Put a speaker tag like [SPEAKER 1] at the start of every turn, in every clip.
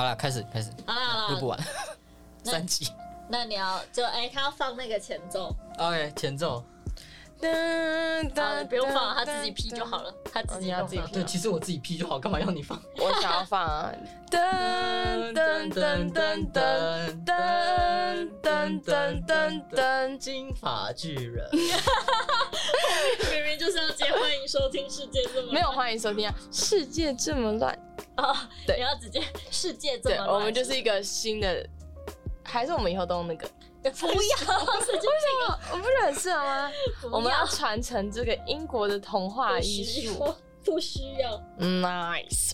[SPEAKER 1] 好了，开始开始，
[SPEAKER 2] 好啦好
[SPEAKER 1] 录不
[SPEAKER 2] 啦，
[SPEAKER 1] 完，
[SPEAKER 2] 啊那
[SPEAKER 1] 三集。
[SPEAKER 2] 那你要就哎、他要放那个前奏，
[SPEAKER 1] OK，前奏。
[SPEAKER 2] 啊，
[SPEAKER 3] 噔
[SPEAKER 2] 不用放，他自己 P 就好。了，他自己
[SPEAKER 3] 哦你要自己 P
[SPEAKER 1] 对，其实我自己 P 就好，干嘛要你放？
[SPEAKER 3] 我想要放啊！噔噔噔噔噔
[SPEAKER 1] 噔
[SPEAKER 3] 噔噔噔噔噔，
[SPEAKER 1] 金发巨人。
[SPEAKER 2] 明明就是要接欢迎收听世界这么
[SPEAKER 3] 没有欢迎收听啊！世界这么乱，
[SPEAKER 2] 啊，
[SPEAKER 3] 对
[SPEAKER 2] 你要直接世界这
[SPEAKER 3] 对
[SPEAKER 2] 么乱，
[SPEAKER 3] 我们就是一个新的，还是我们以后都那个？
[SPEAKER 2] 不要，神经病
[SPEAKER 3] 哦，我不是很适合吗？
[SPEAKER 2] 不
[SPEAKER 3] 我们要传承这个英国的童话
[SPEAKER 2] 要
[SPEAKER 3] 艺
[SPEAKER 2] 不需
[SPEAKER 3] 术
[SPEAKER 2] 要。不需要。
[SPEAKER 3] ，nice。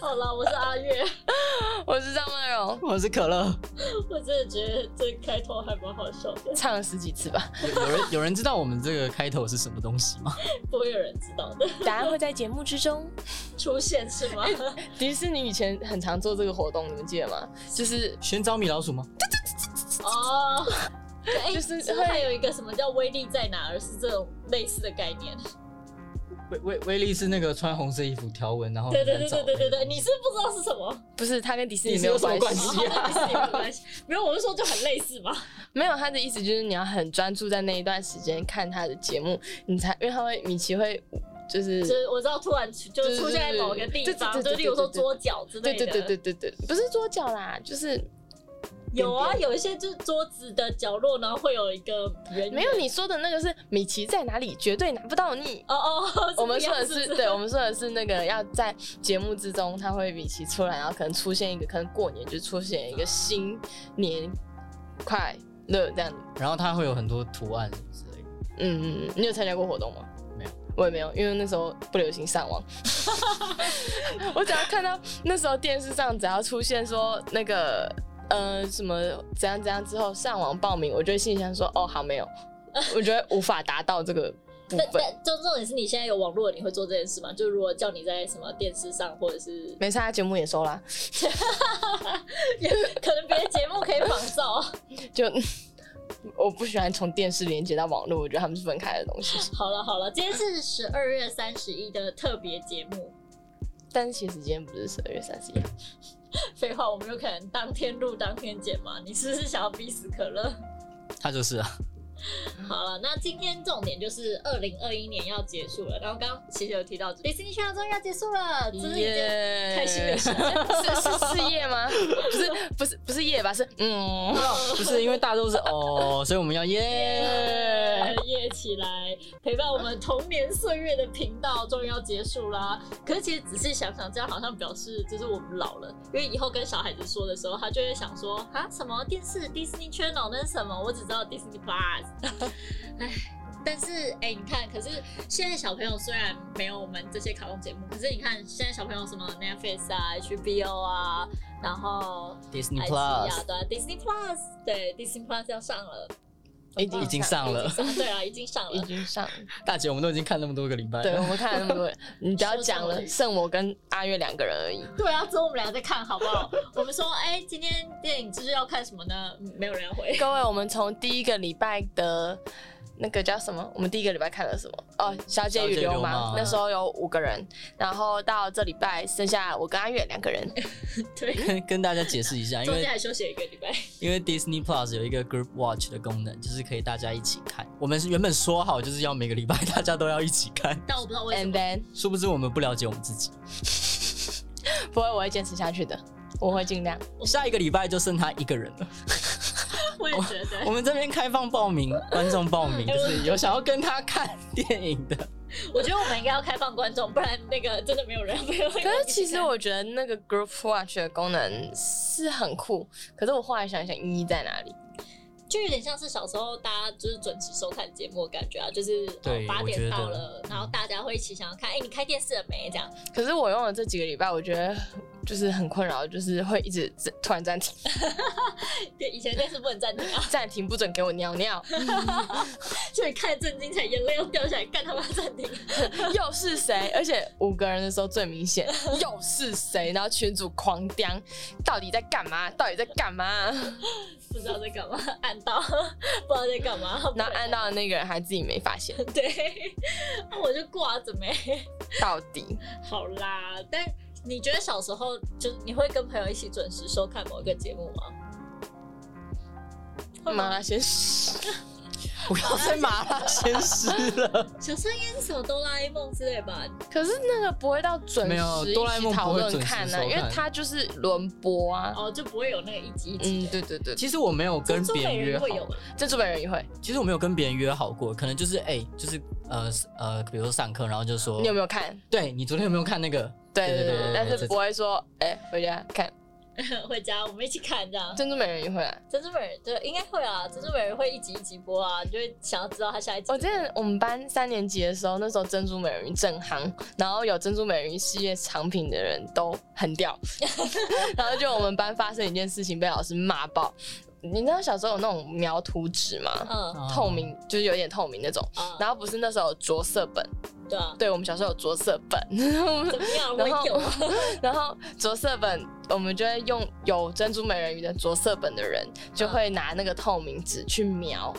[SPEAKER 2] 好啦，我是阿月，
[SPEAKER 3] 我是张曼荣，
[SPEAKER 1] 我是可乐。
[SPEAKER 2] 我真的觉得这开头还蛮好笑的，
[SPEAKER 3] 唱了十几次吧，
[SPEAKER 1] 有有人有人知道我们这个开头是什么东西吗？
[SPEAKER 2] 不会有人知道的
[SPEAKER 3] 答案会在节目之中。
[SPEAKER 2] 出现是吗？
[SPEAKER 3] 迪士尼以前很常做这个活动，你们记得吗？就是
[SPEAKER 1] 寻找米老鼠吗？
[SPEAKER 2] 哦。哎、
[SPEAKER 3] 就是
[SPEAKER 2] 是不是还有一个什么叫威力在哪儿，是这种类似的概念。
[SPEAKER 1] 威威威力是那个穿红色衣服条纹，然后
[SPEAKER 2] 对对
[SPEAKER 1] 很
[SPEAKER 2] 对
[SPEAKER 1] 早
[SPEAKER 2] 对对对对，你是不知道是什么？
[SPEAKER 3] 不是它跟迪士
[SPEAKER 1] 你
[SPEAKER 3] 尼
[SPEAKER 1] 是
[SPEAKER 3] 没有
[SPEAKER 1] 有什么
[SPEAKER 3] 关
[SPEAKER 1] 关
[SPEAKER 3] 系？
[SPEAKER 1] 系啊？
[SPEAKER 2] 没有关系，没有，我是说就很类似嘛。
[SPEAKER 3] 没有，他的意思就是你要很专注在那一段时间看他的节目，你才因为他会米奇会就是
[SPEAKER 2] 就是我知道突然就是出现在某个地方，
[SPEAKER 3] 对对对
[SPEAKER 2] 就
[SPEAKER 3] 对对对对对
[SPEAKER 2] 例如说桌角之
[SPEAKER 3] 对
[SPEAKER 2] 类的。
[SPEAKER 3] 对对对对对，不是桌角啦，就是
[SPEAKER 2] 有啊，有一些就是桌子的角落，然后会有一个圆圆。
[SPEAKER 3] 没有你说的那个是米奇在哪里绝对拿不到你。
[SPEAKER 2] 哦哦，是
[SPEAKER 3] 我们
[SPEAKER 2] 这
[SPEAKER 3] 说
[SPEAKER 2] 样
[SPEAKER 3] 的
[SPEAKER 2] 是
[SPEAKER 3] 是，
[SPEAKER 2] 不
[SPEAKER 3] 对，我们说的是那个要在节目之中，他会米奇出来，然后可能出现一个，可能过年就出现一个新年快乐这样子。
[SPEAKER 1] 然后它会有很多图案什么之类的。
[SPEAKER 3] 嗯，嗯嗯你有参加过活动吗？
[SPEAKER 1] 没有，
[SPEAKER 3] 我也没有，因为那时候不流行上网。 我只要看到那时候电视上只要出现说那个呃什么怎样怎样之后上网报名，我就会心里想说哦好没有，我觉得无法达到这个部
[SPEAKER 2] 但
[SPEAKER 3] 分。
[SPEAKER 2] 但就重点是你现在有网络，你会做这件事吗？就如果叫你在什么电视上，或者是
[SPEAKER 3] 没事，他节目也收啦，
[SPEAKER 2] 可能别的节目可以仿照。
[SPEAKER 3] 就 我不喜欢从电视连接到网络，我觉得他们是分开的东西。
[SPEAKER 2] 好了好了，今天是十二月三十一的特别节目。
[SPEAKER 3] 但是其实今天不是十二月三十一，
[SPEAKER 2] 废话，我们有可能当天录当天剪嘛？你是不是想要逼死可乐？
[SPEAKER 1] 它就是啊，
[SPEAKER 2] 好了，那今天重点就是二零二一年要结束了，然后刚刚其实有提到迪士尼宣传终于要结束了，这是一件
[SPEAKER 3] 耶
[SPEAKER 2] 开心的事。
[SPEAKER 3] 是是是夜吗？不是不是不是夜吧？是嗯，
[SPEAKER 1] 不是因为大家 都是哦，所以我们要耶。
[SPEAKER 2] 呃夜起来，陪伴我们童年岁月的频道终于要结束啦。可是其实仔细想想，这样好像表示就是我们老了，因为以后跟小孩子说的时候，他就会想说啊，什么电视 Disney Channel 那是什么？我只知道 Disney Plus。唉， 但是哎、你看，可是现在小朋友虽然没有我们这些卡通节目，可是你看现在小朋友什么 Netflix 啊、HBO 啊，然后
[SPEAKER 1] Disney
[SPEAKER 2] 爱奇艺
[SPEAKER 1] Plus
[SPEAKER 2] 啊，对啊，Disney Plus，对，Disney 啊 Plus 要上了。
[SPEAKER 3] 已
[SPEAKER 1] 已经上了，
[SPEAKER 2] 对嗯啊，已经上
[SPEAKER 3] 已
[SPEAKER 2] 了。
[SPEAKER 3] 经上了。
[SPEAKER 1] 大姐，我们都已经看那么多个礼拜
[SPEAKER 3] 对，我
[SPEAKER 1] 了，
[SPEAKER 3] 们看了那么多人，你不要讲
[SPEAKER 2] 说中
[SPEAKER 3] 了，
[SPEAKER 2] 文
[SPEAKER 3] 剩我跟阿月两个人而已。
[SPEAKER 2] 对啊，之后我们俩再看好不好？ 我们说，哎、今天电影就是要看什么呢？嗯没有人要回。
[SPEAKER 3] 各位，我们从第一个礼拜的。那个叫什么？我们第一个礼拜看了什么？哦，《小姐与
[SPEAKER 1] 小姐与
[SPEAKER 3] 流
[SPEAKER 1] 流
[SPEAKER 3] 氓》
[SPEAKER 1] 氓
[SPEAKER 3] 那时候有五个人，然后到这礼拜剩下我跟阿月两个 人。
[SPEAKER 2] 对，
[SPEAKER 1] 跟跟大家解释一下，因
[SPEAKER 2] 中间
[SPEAKER 1] 为
[SPEAKER 2] 还休息了一个礼拜。
[SPEAKER 1] 因为 Disney Plus 有一个 Group Watch 的功能，就是可以大家一起看。我们是原本说好就是要每个礼拜 大家都要一起看，
[SPEAKER 2] 但我不知道为什
[SPEAKER 3] And
[SPEAKER 2] 么。
[SPEAKER 3] then，
[SPEAKER 1] 殊不知我们不了解我们自己。
[SPEAKER 3] 不会，我会坚持下去的，我会尽量。
[SPEAKER 1] 下一个礼拜就剩他一个人了。
[SPEAKER 2] 我也觉得
[SPEAKER 1] 我，们这边开放报名，观众报名，就是有想要跟他看电影的。
[SPEAKER 2] 我觉得我们应该要开放观众，不然那个真的没有人没有人。
[SPEAKER 3] 可是其实我觉得那个 Group Watch 的功能是很酷，可是我后来想一想意义在哪里？
[SPEAKER 2] 就有点像是小时候大家就是准时收看节目的感觉啊，就是
[SPEAKER 1] 对
[SPEAKER 2] 八、8
[SPEAKER 1] 我觉得
[SPEAKER 2] 点到了，然后大家会一起想要看，哎、你开电视了没？这样。
[SPEAKER 3] 可是我用了这几个礼拜，我觉得就是很困扰，就是会一直突然暂停，
[SPEAKER 2] 对，以前电视不能暂停啊，
[SPEAKER 3] 暂停不准给我尿尿，
[SPEAKER 2] 就你看正经才眼泪要掉下来，干他妈暂停。
[SPEAKER 3] 又是谁？而且五个人的时候最明显，又是谁？然后群主狂叼，到底在干嘛？到底在干嘛？
[SPEAKER 2] 不知道在干嘛，按到 不知道在干嘛，
[SPEAKER 3] 然后按到的那个人还自己没发现，
[SPEAKER 2] 对，我就挂着没。
[SPEAKER 3] 到底
[SPEAKER 2] 好啦，但你觉得小时候就是你会跟朋友一起准时收看某一个节目吗？会
[SPEAKER 3] 麻
[SPEAKER 2] 吗
[SPEAKER 3] 辣鲜师，
[SPEAKER 1] 不要
[SPEAKER 3] 哎
[SPEAKER 1] 再麻辣鲜师了。
[SPEAKER 2] 小声音什么哆啦 A 梦之类吧？
[SPEAKER 3] 可是那个不会到准
[SPEAKER 1] 没有
[SPEAKER 3] 时一
[SPEAKER 1] 哆啦 A
[SPEAKER 3] 起
[SPEAKER 1] 梦不会
[SPEAKER 3] 讨论
[SPEAKER 1] 准时
[SPEAKER 3] 看
[SPEAKER 1] 收
[SPEAKER 3] 啊，
[SPEAKER 1] 看
[SPEAKER 3] 因为它就是轮播啊。
[SPEAKER 2] 哦，就不会有那个一集一集
[SPEAKER 3] 嗯，
[SPEAKER 2] 的。
[SPEAKER 3] 对对对，
[SPEAKER 1] 其实我没有跟
[SPEAKER 2] 珍珠
[SPEAKER 1] 别人
[SPEAKER 2] 美
[SPEAKER 1] 约
[SPEAKER 2] 人
[SPEAKER 1] 好
[SPEAKER 2] 会，有吗？
[SPEAKER 3] 珍珠本人也会。
[SPEAKER 1] 其实我没有跟别人约好过，可能就是哎、就是呃呃，比如说上课，然后就说
[SPEAKER 3] 你有没有看？
[SPEAKER 1] 对你昨天有没有看那个？
[SPEAKER 3] 对
[SPEAKER 1] 对对
[SPEAKER 3] 对对
[SPEAKER 1] 对
[SPEAKER 3] 对，但是不会说，哎，回家看
[SPEAKER 2] 回家我们一起看这样。
[SPEAKER 3] 珍珠美人鱼会啊。
[SPEAKER 2] 珍珠美人对，应该会啊，珍珠美人会一集一集播啊，你就会想要知道他下一集。
[SPEAKER 3] 我记得我们班三年级的时候，那时候珍珠美人鱼正夯，然后有珍珠美人鱼系列产品的人都很 屌，然后就我们班发生一件事情被老师骂爆。你知道小时候有那种描图纸吗？
[SPEAKER 2] 嗯
[SPEAKER 1] 哦
[SPEAKER 3] 透明就是有点透明那种，
[SPEAKER 2] 啊，
[SPEAKER 3] 然后不是那时候有着色本，
[SPEAKER 2] 对 啊，
[SPEAKER 3] 对我们小时候有着色本，
[SPEAKER 2] 怎么样？我
[SPEAKER 3] 然后
[SPEAKER 2] 有 啊，
[SPEAKER 3] 然后着色本，我们就会用有珍珠美人鱼的着色本的人，就会拿那个透明纸去描。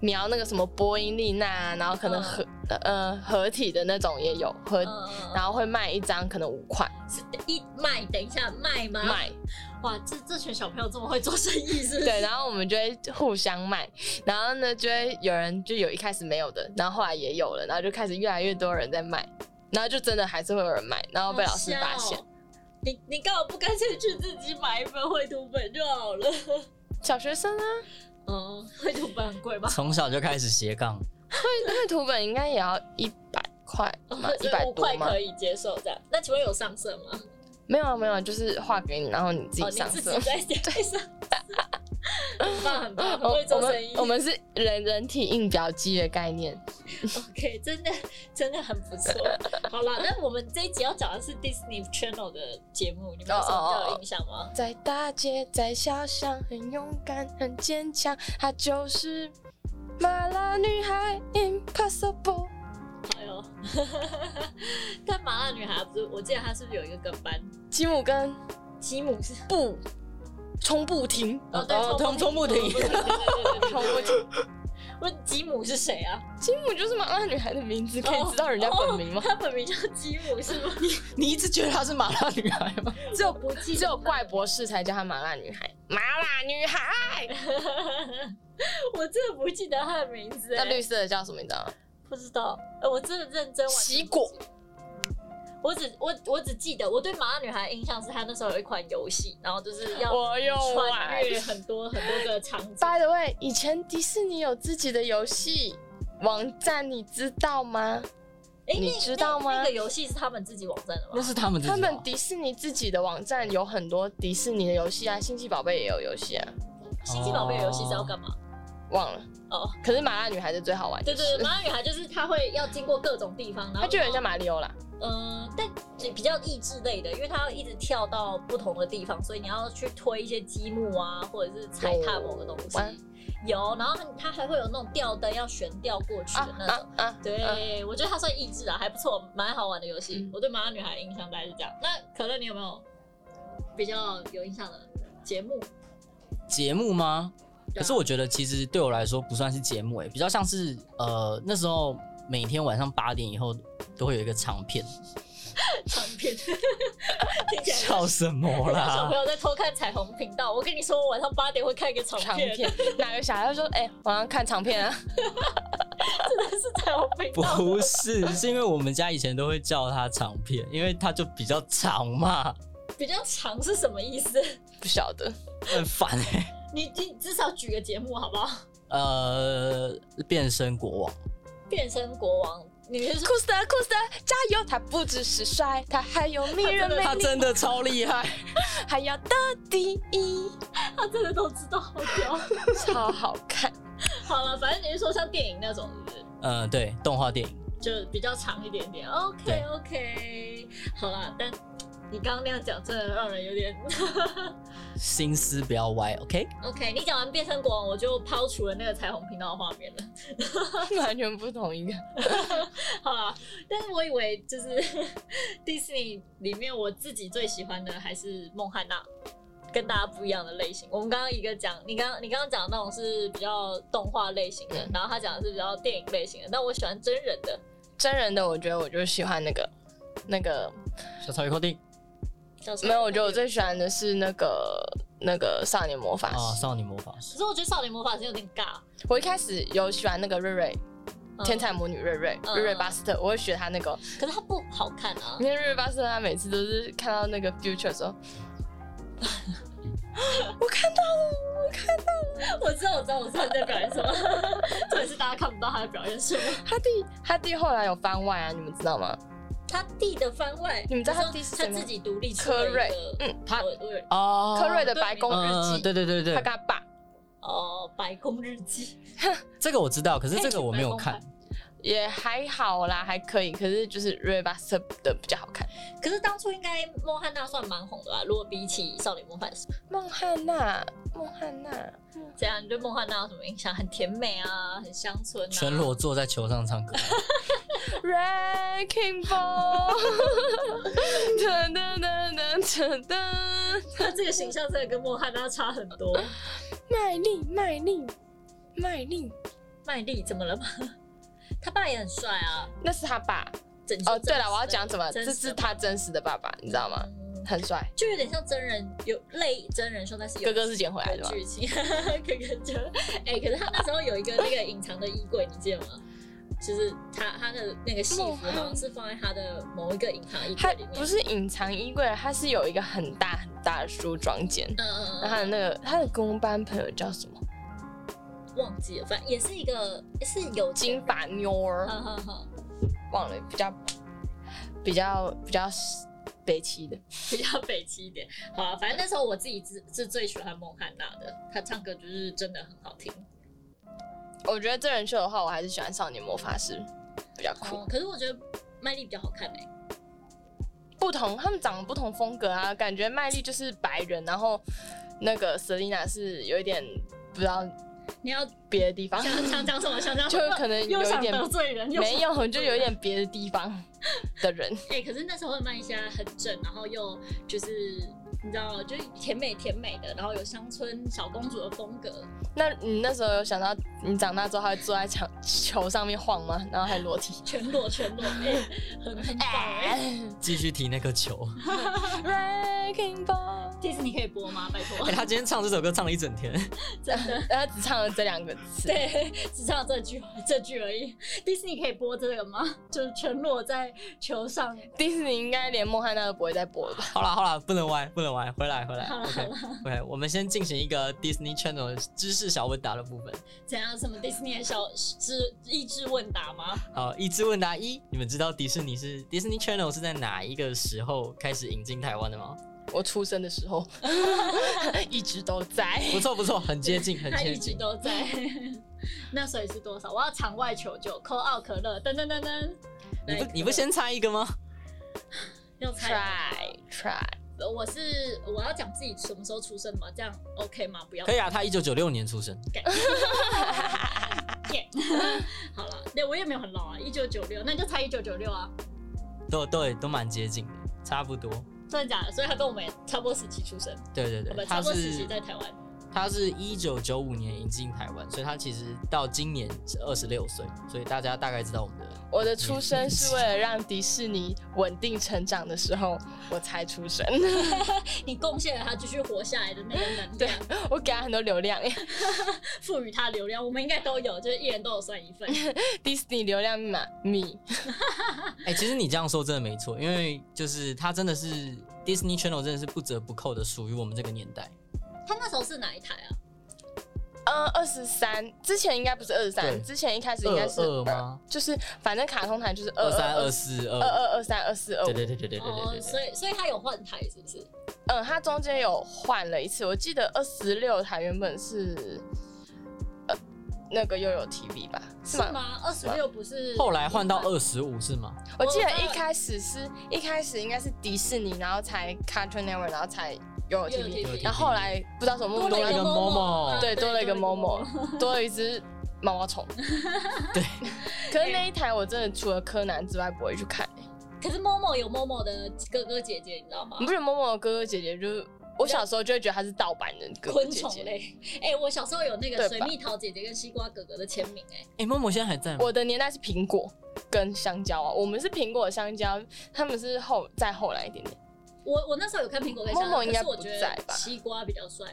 [SPEAKER 3] 描那个什么波音丽娜啊，然后可能
[SPEAKER 2] 嗯
[SPEAKER 3] 合、呃合体的那种也有合，
[SPEAKER 2] 嗯嗯
[SPEAKER 3] 然后会卖一张可能五块
[SPEAKER 2] 嗯是一卖，等一下卖吗？
[SPEAKER 3] 卖，
[SPEAKER 2] 哇，这这群小朋友这么会做生意是不是？
[SPEAKER 3] 对，然后我们就会互相卖，然后呢就会有人就有一开始没有的，然后后来也有了，然后就开始越来越多人在卖，然后就真的还是会有人卖，然后被老师发现
[SPEAKER 2] 好笑。哦。你你干嘛不干脆去自己买一本绘图本就好了？
[SPEAKER 3] 小学生啊，
[SPEAKER 2] 嗯， 绘图本很贵 吧？
[SPEAKER 1] 从小就开始斜杠，
[SPEAKER 3] 那个图本应该也要一百块嘛， 一百
[SPEAKER 2] 五
[SPEAKER 3] 多
[SPEAKER 2] 块
[SPEAKER 3] 吗？
[SPEAKER 2] 可以接受这样。那请问有上色吗？
[SPEAKER 3] 没有啊，没有啊，就是画给你，然后你自
[SPEAKER 2] 哦，
[SPEAKER 3] 己
[SPEAKER 2] 你
[SPEAKER 3] 上
[SPEAKER 2] 自
[SPEAKER 3] 色
[SPEAKER 2] 己。在在上 色，很棒很棒，很
[SPEAKER 3] 我
[SPEAKER 2] 会
[SPEAKER 3] 我
[SPEAKER 2] 做生
[SPEAKER 3] 们
[SPEAKER 2] 意。
[SPEAKER 3] 我们是人人体印表机的概念，
[SPEAKER 2] OK，真的真的很不错。好啦，那我们这一集要讲的是 Disney Channel 的节目，你们有什么
[SPEAKER 3] 哦
[SPEAKER 2] 比较有印象吗？
[SPEAKER 3] 在大街在小巷，很勇敢很坚强，她就是麻辣女孩 Impossible。
[SPEAKER 2] 哎呦，但麻辣女孩不是，我记得她是不是有一个跟班？
[SPEAKER 3] 吉姆跟
[SPEAKER 2] 吉姆是
[SPEAKER 3] 布冲不停，
[SPEAKER 2] 哦，对，
[SPEAKER 1] 哦
[SPEAKER 2] 冲
[SPEAKER 1] 冲不停
[SPEAKER 2] 对对对对
[SPEAKER 3] 冲
[SPEAKER 2] 对
[SPEAKER 3] 不停。
[SPEAKER 2] 问吉姆是谁啊？
[SPEAKER 3] 吉姆就是麻辣女孩的名字，可以知道人家本 名吗
[SPEAKER 2] 哦？他本名叫吉姆是吗？
[SPEAKER 1] 你一直觉得她是麻辣女孩吗？
[SPEAKER 3] 只有
[SPEAKER 2] 不记得
[SPEAKER 3] 只有怪博士才叫她麻辣女孩，麻辣女孩。
[SPEAKER 2] 我真的不记得他的名字、
[SPEAKER 3] 那
[SPEAKER 2] 哎
[SPEAKER 3] 绿色的叫什么？你知道吗？
[SPEAKER 2] 不知道，哎我真的认真。
[SPEAKER 3] 奇果。
[SPEAKER 2] 我只我我只记得我对麻辣女孩的印象是她那时候有一款游戏，然后就是要
[SPEAKER 3] 我又
[SPEAKER 2] 穿
[SPEAKER 3] 玩
[SPEAKER 2] 越很多很多个场景。
[SPEAKER 3] By the way，以前迪士尼有自己的游戏网站，你知道吗？
[SPEAKER 2] 哎
[SPEAKER 3] 你知道吗
[SPEAKER 2] 那那个游戏是他们自己网站的
[SPEAKER 1] 那
[SPEAKER 2] 吗？
[SPEAKER 1] 是他们自己哦
[SPEAKER 3] 他
[SPEAKER 1] 吧。
[SPEAKER 3] 们迪士尼自己的网站有很多迪士尼的游戏啊，星际宝贝也有游戏啊，
[SPEAKER 2] 星际宝贝游戏是要干嘛？
[SPEAKER 3] 哦忘了。
[SPEAKER 2] 哦，
[SPEAKER 3] 可是麻辣女孩是最好玩的，
[SPEAKER 2] 对对对，麻辣女孩就是她会要经过各种地方，然后
[SPEAKER 3] 它就有点像马里奥啦。
[SPEAKER 2] 嗯，但你比较益智类的，因为它要一直跳到不同的地方，所以你要去推一些积木啊，或者是踩踏某个东西
[SPEAKER 3] 哦玩。
[SPEAKER 2] 有，然后它还会有那种吊灯要悬吊过去
[SPEAKER 3] 啊
[SPEAKER 2] 的那种。
[SPEAKER 3] 啊啊！啊
[SPEAKER 2] 对，我觉得它算益智啊，还不错，蛮好玩的游戏。
[SPEAKER 3] 嗯
[SPEAKER 2] 我对《麻辣女孩》印象大概是这样。那可乐，你有没有比较有印象的节目？
[SPEAKER 1] 节目吗？
[SPEAKER 2] 对啊
[SPEAKER 1] 可是我觉得其实对我来说不算是节目、欸，比较像是呃那时候每天晚上八点以后都会有一个长片，
[SPEAKER 2] 唱片 听起来像
[SPEAKER 1] 笑什么
[SPEAKER 2] 像小
[SPEAKER 1] 啦
[SPEAKER 2] 朋？友在偷看彩虹频道。我跟你说，我晚上八点会看一个长
[SPEAKER 3] 长
[SPEAKER 2] 片，
[SPEAKER 3] 片，哪个小孩会说：“哎、晚上看长片啊
[SPEAKER 2] 真的是彩虹频道。
[SPEAKER 1] 不是，是因为我们家以前都会叫它长片，因为它就比较长嘛，
[SPEAKER 2] 比较长是什么意思？？”
[SPEAKER 3] 不晓得，
[SPEAKER 1] 很烦哎、欸。
[SPEAKER 2] 你你至少举个节目好不好？
[SPEAKER 1] 呃，变身国王，
[SPEAKER 2] 变身国王，你是说
[SPEAKER 3] 酷死了，酷死了，加油！他不只是帅，他还有迷人魅
[SPEAKER 1] 他
[SPEAKER 3] 力，
[SPEAKER 1] 真的超厉 害，
[SPEAKER 3] 还要得第一，
[SPEAKER 2] 他真的都知道， 好屌。
[SPEAKER 3] 超好看。
[SPEAKER 2] 好了，反正你是说像电影那种，是不是？
[SPEAKER 1] 嗯、对，动画电影。
[SPEAKER 2] 就比较长一点点。OK
[SPEAKER 1] 对
[SPEAKER 2] OK，好啦，但你刚刚那样讲，真的让人有点
[SPEAKER 1] 心思不要歪，OK？
[SPEAKER 2] OK。你讲完变身国王，我就抛除了那个彩虹频道的画面了。
[SPEAKER 3] 完全不同一个。
[SPEAKER 2] 好啦，但是我以为就是 迪士尼里面我自己最喜欢的还是孟汉娜。跟大家不一样的类型，我们刚刚一个讲，你刚你刚刚讲的那种是比较动画类型的
[SPEAKER 3] 嗯，
[SPEAKER 2] 然后他讲的是比较电影类型的，但我喜欢真人的，
[SPEAKER 3] 真人的，我觉得我就喜欢那个那个
[SPEAKER 1] 小草鱼扣定，
[SPEAKER 2] 叫什么
[SPEAKER 3] 没有，我觉得我最喜欢的是那个那个少年魔法
[SPEAKER 1] 啊，
[SPEAKER 3] 师。
[SPEAKER 1] 少女魔法师
[SPEAKER 2] 可是我觉得少年魔法师有点尬。
[SPEAKER 3] 我一开始有喜欢那个瑞瑞，
[SPEAKER 2] 嗯
[SPEAKER 3] 天才魔女瑞瑞，
[SPEAKER 2] 嗯
[SPEAKER 3] 瑞瑞巴斯特，我会学他那个，
[SPEAKER 2] 可是它不好看 啊
[SPEAKER 3] 因，为瑞瑞巴斯特他每次都是看到那个 future 的时候， 我看到了，我看到了
[SPEAKER 2] 我知道，我知道，我知道你在表演 什么，重点是大家看不到他在表演什么。
[SPEAKER 3] 他弟，他弟后来有番外啊，你们知道吗？
[SPEAKER 2] 他弟的番外，
[SPEAKER 3] 你们知道他弟是
[SPEAKER 2] 说
[SPEAKER 3] 谁
[SPEAKER 2] 他
[SPEAKER 3] 吗
[SPEAKER 2] 自己独立出
[SPEAKER 3] 科
[SPEAKER 2] 了一
[SPEAKER 3] 瑞
[SPEAKER 2] 个，
[SPEAKER 3] 嗯，
[SPEAKER 2] 他
[SPEAKER 3] 他
[SPEAKER 1] 哦，
[SPEAKER 3] 科瑞的
[SPEAKER 2] 对
[SPEAKER 3] 白宫
[SPEAKER 1] 嗯嗯
[SPEAKER 3] 日
[SPEAKER 1] 嗯
[SPEAKER 3] 记，
[SPEAKER 1] 对对对对，
[SPEAKER 3] 他跟他爸
[SPEAKER 2] 哦，白宫日记，
[SPEAKER 1] 这个我知道，可是这个我没有
[SPEAKER 2] 哎
[SPEAKER 1] 看。
[SPEAKER 3] 也还好啦，还可以，可是就是瑞瑞巴斯特的比较好看。
[SPEAKER 2] 可是当初应该莫汉娜算蛮红的吧？如果比起少年魔法师，
[SPEAKER 3] 孟汉娜，孟汉娜，
[SPEAKER 2] 这样你对莫汉娜有什么印象？很甜美啊，很乡村、啊，
[SPEAKER 1] 全 裸坐在球上唱歌，
[SPEAKER 3] Wrecking Ball，噔噔噔噔噔噔，
[SPEAKER 2] 他这个形象真的跟莫汉娜差很多。
[SPEAKER 3] 卖力卖力卖力，
[SPEAKER 2] 麦莉怎么了吗？ 他爸也很帅啊。
[SPEAKER 3] 那是他爸。
[SPEAKER 2] 整
[SPEAKER 3] 哦，对了，我要讲什么？
[SPEAKER 2] 真
[SPEAKER 3] 这
[SPEAKER 2] 实的
[SPEAKER 3] 是他真实的爸爸，你知道吗？
[SPEAKER 2] 嗯
[SPEAKER 3] 很帅，
[SPEAKER 2] 就有点像真人，有类真人秀，但是有
[SPEAKER 3] 哥哥是捡回来的
[SPEAKER 2] 有
[SPEAKER 3] 吗？
[SPEAKER 2] 剧情。 哥哥就哎、可是他那时候有一个那个隐藏的衣柜，你记得吗？就是他他的那个戏服好像是放在他的某一个隐藏衣
[SPEAKER 3] 他
[SPEAKER 2] 柜里面。
[SPEAKER 3] 不是隐藏衣柜，他是有一个很大很大的梳妆间。
[SPEAKER 2] 嗯，嗯
[SPEAKER 3] 那
[SPEAKER 2] 嗯
[SPEAKER 3] 他的那个他的公班朋友叫什么？
[SPEAKER 2] 嗯，忘记了，反正也是一个是有钱
[SPEAKER 3] 金
[SPEAKER 2] 人。
[SPEAKER 3] 发妞儿，
[SPEAKER 2] 哈哈哈，
[SPEAKER 3] 忘了，比较比较比较北齐的。
[SPEAKER 2] 比较北齐一点。好啊，反正那时候我自己是是最喜欢孟汉娜的，她唱歌就是真的很好听。
[SPEAKER 3] 我觉得真人秀的话，我还是喜欢少年魔法师，比较酷。
[SPEAKER 2] 哦，可是我觉得麦莉比较好看哎、
[SPEAKER 3] 不同，他们长得不同风格啊，感觉麦莉就是白人，然后那个 Selina 是有一点不知道
[SPEAKER 2] 你要
[SPEAKER 3] 别的 地方，
[SPEAKER 2] 想想讲什么？想讲什
[SPEAKER 3] 就
[SPEAKER 2] 么
[SPEAKER 3] 可能
[SPEAKER 2] 又
[SPEAKER 3] 有一
[SPEAKER 2] 想
[SPEAKER 3] 点
[SPEAKER 2] 得罪人，又想
[SPEAKER 3] 没有，就有一点别的地方的人。
[SPEAKER 2] 哎、可是那时候的麦丽虾很正，然后又就是你知道，就是甜美甜美的，然后有乡村小公主的风格。
[SPEAKER 3] 那你那时候有想到你长大之后还会坐在墙球上面晃吗？然后还裸体？
[SPEAKER 2] 全裸全裸，哎、很很棒、哎
[SPEAKER 1] 继续踢那个 球。
[SPEAKER 3] Wrecking Ball
[SPEAKER 2] 其实你可以播吗？拜托
[SPEAKER 1] 哎，，他今天唱这首歌唱了一整天，
[SPEAKER 2] 真的。
[SPEAKER 3] 然后 他只唱了这两个词。
[SPEAKER 2] 对，只唱这句这句而已。 迪士尼可以播这个吗？就是全裸在球上。
[SPEAKER 3] 迪士尼应该连孟汉娜都不会再播了吧？
[SPEAKER 1] 好啦好啦，不能歪，不能歪，回来回来
[SPEAKER 2] 好了
[SPEAKER 1] ，OK
[SPEAKER 2] 好了，
[SPEAKER 1] OK，我们先进行一个 Disney Channel 知识小问答的部分。
[SPEAKER 2] 怎样？什么迪士尼的小是益智问答吗？
[SPEAKER 1] 好，益智问答一，你们知道迪士尼是 Disney Channel 是在哪一个时候开始引进台湾的吗？
[SPEAKER 3] 我出生的时候一直都在。
[SPEAKER 1] 不错不错，很接近，很
[SPEAKER 2] 他
[SPEAKER 1] 接
[SPEAKER 2] 一直
[SPEAKER 1] 近。
[SPEAKER 2] 都在。 那所以是多少？我要场外求救，扣奥可乐，噔噔噔噔。
[SPEAKER 1] 你
[SPEAKER 2] 来
[SPEAKER 1] 不你不先猜一个吗？
[SPEAKER 2] 要猜
[SPEAKER 3] Try try，
[SPEAKER 2] 我是我要讲自己什么时候出生吗？这样 OK 吗？不要
[SPEAKER 1] 可以啊，他一九九六年出生，
[SPEAKER 2] 耶 好了，对我也没有很老啊，一九九六，那就猜一九九六啊，
[SPEAKER 1] 都对都蛮接近的，差不多。
[SPEAKER 2] 真的假的？所以他跟我们也差不多时期出生，
[SPEAKER 1] 对对
[SPEAKER 2] 我
[SPEAKER 1] 对，
[SPEAKER 2] 们
[SPEAKER 1] 他
[SPEAKER 2] 差不多时期
[SPEAKER 1] 是
[SPEAKER 2] 在台湾。
[SPEAKER 1] 他是一九九五年引进台湾，所以他其实到今年是二十六岁，所以大家大概知道我们的。
[SPEAKER 3] 我的出生是为了让迪士尼稳定成长的时候我才出生，
[SPEAKER 2] 你贡献了他继续活下来的那个能
[SPEAKER 3] 对
[SPEAKER 2] 量，
[SPEAKER 3] 我给他很多流量，
[SPEAKER 2] 赋予他流量，我们应该都有，就是一人都有算一份。
[SPEAKER 3] 迪士尼流量密码米，
[SPEAKER 1] 哎、其实你这样说真的没错，因为就是他真的是 Disney Channel 真的是不折不扣的属于我们这个年代。
[SPEAKER 2] 他那时候是哪一台啊？
[SPEAKER 3] 嗯，二十三之前应该不是二
[SPEAKER 1] 对
[SPEAKER 3] 十三，之前一开始应该是
[SPEAKER 1] 22吗
[SPEAKER 3] 就是反正卡通台就是
[SPEAKER 1] 二
[SPEAKER 3] 二
[SPEAKER 1] 三二
[SPEAKER 3] 二
[SPEAKER 1] 四
[SPEAKER 3] 二
[SPEAKER 1] 二，
[SPEAKER 3] 二二三二四二
[SPEAKER 1] 对
[SPEAKER 3] 五，
[SPEAKER 1] 对对对对对
[SPEAKER 2] 哦，
[SPEAKER 1] 对对
[SPEAKER 2] 所以所以他有换台是不是？
[SPEAKER 3] 嗯，它中间有换了一次，我记得二十六台原本是呃那个悠悠 TV 吧，是吗？
[SPEAKER 2] 吗？二十六不
[SPEAKER 3] 啊
[SPEAKER 2] 是？
[SPEAKER 1] 后来换到二十五是吗？
[SPEAKER 3] 我记得一开始是一开始应该是迪士尼，然后才 Cartoon Network，然后才悠悠 TV，
[SPEAKER 1] 有
[SPEAKER 2] TV
[SPEAKER 3] 然后后来不知道什么
[SPEAKER 2] 多
[SPEAKER 3] 目的
[SPEAKER 2] 了一
[SPEAKER 1] 多了一
[SPEAKER 2] 个
[SPEAKER 1] 个 Momo
[SPEAKER 2] 啊
[SPEAKER 3] 对多了一个
[SPEAKER 2] 多
[SPEAKER 3] Momo，多 了一只毛毛虫。
[SPEAKER 1] 对，
[SPEAKER 3] 可是那一台我真的除了柯南之外不会去看、欸。
[SPEAKER 2] 可是 Momo 有 Momo 的哥哥姐姐，你知道吗
[SPEAKER 3] 你？不觉得某某的哥哥姐姐就是我小时候就会觉得他是盗版的哥哥
[SPEAKER 2] 昆
[SPEAKER 3] 姐
[SPEAKER 2] 虫
[SPEAKER 3] 姐？
[SPEAKER 2] 类，哎、我小时候有那个
[SPEAKER 3] 对吧
[SPEAKER 2] 水蜜桃姐姐跟西瓜哥哥的签名、哎，
[SPEAKER 1] 哎、默默现在还在吗？
[SPEAKER 3] 我的年代是苹果跟香蕉啊，我们是苹果香蕉，他们是后再后来一点点。
[SPEAKER 2] 我我那时候有看苹果开箱，
[SPEAKER 3] Momo 应该
[SPEAKER 2] 可是我
[SPEAKER 3] 不
[SPEAKER 2] 觉
[SPEAKER 3] 在
[SPEAKER 2] 得
[SPEAKER 3] 吧
[SPEAKER 2] 西瓜比较帅。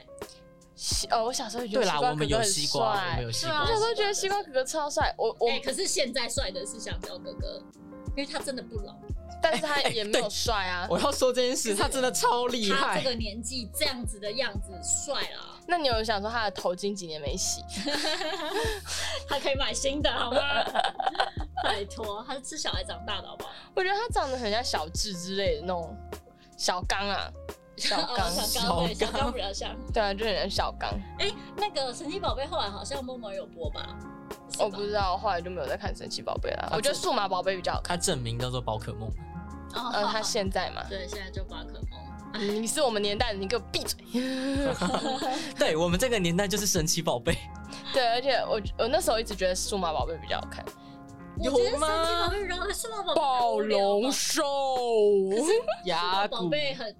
[SPEAKER 3] 西呃，我小时候也觉得
[SPEAKER 1] 对啦，
[SPEAKER 3] 西
[SPEAKER 1] 我
[SPEAKER 3] 瓜哥
[SPEAKER 1] 们
[SPEAKER 3] 哥
[SPEAKER 1] 有
[SPEAKER 3] 很
[SPEAKER 1] 西瓜，我们
[SPEAKER 3] 帅，
[SPEAKER 1] 有西
[SPEAKER 2] 对啊
[SPEAKER 1] 瓜
[SPEAKER 3] 我
[SPEAKER 2] 我。
[SPEAKER 3] 小时候觉得西瓜哥哥超帅，我我
[SPEAKER 2] 哎、，可是现在帅的是香蕉哥哥，因为他真的不老，
[SPEAKER 3] 但是他也没有帅啊。
[SPEAKER 1] 我要说这件事，他真的超厉
[SPEAKER 2] 他这
[SPEAKER 1] 害。
[SPEAKER 2] 个年纪这样子的样子帅啊啦，
[SPEAKER 3] 那你有想说他的头巾几年没洗？
[SPEAKER 2] 他可以买新的好吗？拜托，他是吃小孩长大的好不好？
[SPEAKER 3] 我觉得他长得很像小智之类的那种小刚啊， 小刚
[SPEAKER 2] 哦，小刚对，
[SPEAKER 1] 小
[SPEAKER 2] 小
[SPEAKER 1] 刚
[SPEAKER 2] 刚比较像。
[SPEAKER 3] 对啊，就很像小刚。
[SPEAKER 2] 哎、那个神奇宝贝后来好像默默有播吧？是吧
[SPEAKER 3] 我不知道，我后来就没有再看神奇宝贝了。啊
[SPEAKER 1] 他
[SPEAKER 3] 我觉得数码宝贝比较好看。
[SPEAKER 1] 他证明叫做宝可梦，
[SPEAKER 2] 哦，
[SPEAKER 3] 呃，
[SPEAKER 2] 好
[SPEAKER 3] 他现在嘛，嗯
[SPEAKER 2] 对现在就宝可梦，
[SPEAKER 3] 你是我们年代的，你给我闭嘴。
[SPEAKER 1] 对我们这个年代就是神奇宝贝，
[SPEAKER 3] 对，而且我我那时候一直觉得数码宝贝比较好看，
[SPEAKER 2] 我觉得神
[SPEAKER 1] 有吗
[SPEAKER 2] 奇宝贝然后数码宝贝好
[SPEAKER 3] 暴
[SPEAKER 2] 无聊
[SPEAKER 3] 龙
[SPEAKER 2] 吧
[SPEAKER 3] 兽、
[SPEAKER 2] 数码
[SPEAKER 3] 牙
[SPEAKER 2] 宝
[SPEAKER 3] 骨、
[SPEAKER 2] 贝很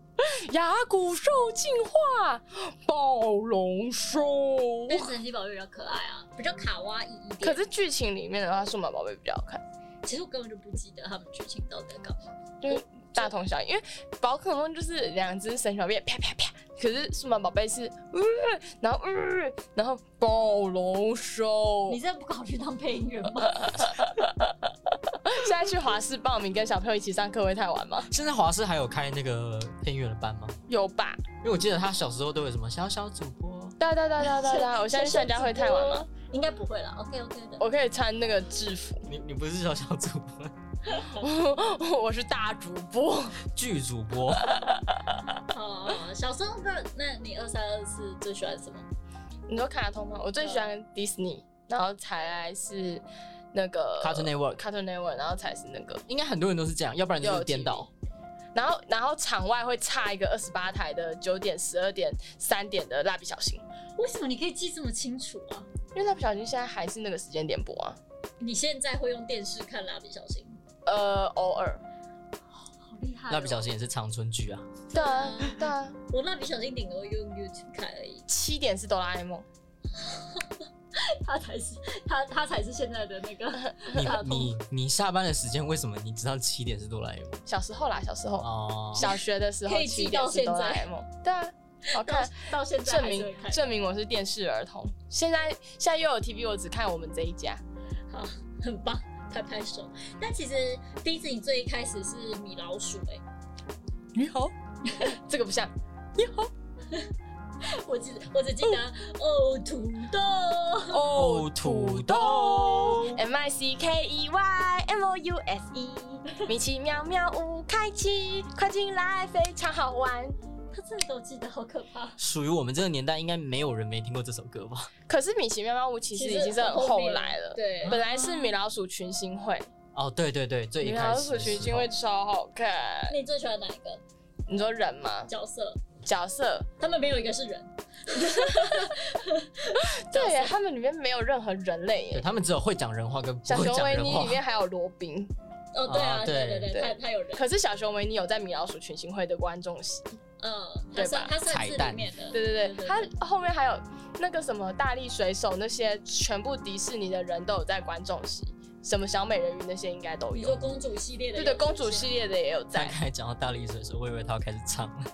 [SPEAKER 3] 牙骨兽进化，暴龙兽。
[SPEAKER 2] 但神奇宝贝比较可爱啊，比较卡哇伊一点。
[SPEAKER 3] 可是剧情里面的话，数码宝贝比较好看，
[SPEAKER 2] 其实我根本就不记得他们剧情到底在干嘛。
[SPEAKER 3] 就是大同小异。因为宝可梦就是两只神奇宝贝啪啪啪，可是数码宝贝是，呃、然后、呃、然后暴龙兽
[SPEAKER 2] 你。这不考虑当配音员吗？
[SPEAKER 3] 现在去华视报名跟小朋友一起上课会太晚吗？
[SPEAKER 1] 现在华视还有开那个配音员的班吗？
[SPEAKER 3] 有吧？
[SPEAKER 1] 因为我记得他小时候都有什么小小主播，
[SPEAKER 3] 对啊对啊对啊对啊对 啊！我现在去参加会太晚吗？？
[SPEAKER 2] 应该不会啦 OK OK 的。
[SPEAKER 3] 我可以穿那个制服，
[SPEAKER 1] 你你不是小小主播，
[SPEAKER 3] 我是大主播。
[SPEAKER 1] 剧主 播，
[SPEAKER 2] 哦，小时候的那你二三二四最喜欢什么？
[SPEAKER 3] 你说卡通吗？我最喜欢迪士尼，然后才来是那个
[SPEAKER 1] Cartoon Network
[SPEAKER 3] Cartoon Network，然后才是那个。
[SPEAKER 1] 应该很多人都是这样，要不然就是颠 倒。
[SPEAKER 3] 然后，然后场外会差一个二十八台的九点、十二点、三点的蜡笔小新，
[SPEAKER 2] 为什么你可以记这么清楚啊？
[SPEAKER 3] 因为蜡笔小新现在还是那个时间点播啊。
[SPEAKER 2] 你现在会用电视看蜡笔小新，
[SPEAKER 3] 呃，偶尔。
[SPEAKER 2] 好厉
[SPEAKER 3] 哎
[SPEAKER 2] 害哦！
[SPEAKER 1] 蜡笔小新也是长春剧啊，
[SPEAKER 3] 对啊，对啊。
[SPEAKER 2] 我蜡笔小新顶多用 YouTube 看而已，
[SPEAKER 3] 七点是哆啦 A 梦，
[SPEAKER 2] 他才是他他才是现在的那个 卡
[SPEAKER 1] 你
[SPEAKER 2] 通。
[SPEAKER 1] 你你下班的时间为什么你知道七点是哆啦 A 梦？
[SPEAKER 3] 小时候啦，小时候，
[SPEAKER 1] 哦，
[SPEAKER 3] 小学的时候
[SPEAKER 2] 可以
[SPEAKER 3] 七
[SPEAKER 2] 记
[SPEAKER 3] 点
[SPEAKER 2] 到
[SPEAKER 3] 是
[SPEAKER 2] 现
[SPEAKER 3] 哆啦
[SPEAKER 2] 在
[SPEAKER 3] A 梦。对啊，好
[SPEAKER 2] 到
[SPEAKER 3] 看。
[SPEAKER 2] 到现在
[SPEAKER 3] 证
[SPEAKER 2] 还是
[SPEAKER 3] 明
[SPEAKER 2] 会看。
[SPEAKER 3] 证明我是电视儿童。现在现在又有 TV，我只看我们这一家。
[SPEAKER 2] 好，很棒，拍拍手。但其实迪士尼最一开始是米老鼠、欸，
[SPEAKER 1] 你好，
[SPEAKER 3] 这个不像，
[SPEAKER 2] 我记得我只记得哦土豆，
[SPEAKER 1] 哦，土豆，
[SPEAKER 3] M I C K E Y M O U S E，米奇妙妙屋开启，快进来，非常好玩。
[SPEAKER 2] 他真的都记得，好可怕。
[SPEAKER 1] 属于我们这个年代，应该没有人没听过这首歌吧？
[SPEAKER 3] 可是米奇妙妙屋其实已经是很后来了，
[SPEAKER 2] 对，
[SPEAKER 3] 本来是米老鼠群星会，
[SPEAKER 1] 哦，对对对，最一
[SPEAKER 3] 米
[SPEAKER 1] 开
[SPEAKER 3] 老
[SPEAKER 1] 始
[SPEAKER 3] 鼠
[SPEAKER 1] 的
[SPEAKER 3] 群
[SPEAKER 1] 时
[SPEAKER 3] 星
[SPEAKER 1] 候
[SPEAKER 3] 会超好看。
[SPEAKER 2] 你最喜欢哪一个
[SPEAKER 3] 你说人吗？
[SPEAKER 2] 角色？
[SPEAKER 3] 角色？
[SPEAKER 2] 他们没有一个是人，
[SPEAKER 3] 对耶，他们里面没有任何人类
[SPEAKER 1] 对
[SPEAKER 3] 耶。
[SPEAKER 1] 他们只有会讲人话跟不
[SPEAKER 3] 小
[SPEAKER 1] 会
[SPEAKER 3] 熊
[SPEAKER 1] 讲
[SPEAKER 3] 维
[SPEAKER 1] 人
[SPEAKER 3] 尼
[SPEAKER 1] 话
[SPEAKER 3] 里。面还有罗宾，
[SPEAKER 2] 哦，对啊，
[SPEAKER 1] 啊
[SPEAKER 2] 对
[SPEAKER 1] 对
[SPEAKER 2] 对对，
[SPEAKER 3] 对
[SPEAKER 2] 他他有人，
[SPEAKER 3] 可是小熊维尼有在米老鼠群星会的观众席。
[SPEAKER 2] 嗯，他
[SPEAKER 3] 对
[SPEAKER 2] 算
[SPEAKER 3] 吧
[SPEAKER 2] 他算是
[SPEAKER 1] 彩
[SPEAKER 2] 里
[SPEAKER 1] 蛋
[SPEAKER 2] 面的，
[SPEAKER 3] 对对对，
[SPEAKER 2] 嗯
[SPEAKER 3] 它后面还有那个什么大力水手那些，全部迪士尼的人都有在观众席，什么小美人鱼那些应该都
[SPEAKER 2] 你说
[SPEAKER 3] 有。
[SPEAKER 2] 公主系列的，
[SPEAKER 3] 对对，公主系，列的也有
[SPEAKER 1] 在
[SPEAKER 3] 在
[SPEAKER 1] 刚。才讲到大力水的时候，我以为他要开始唱了。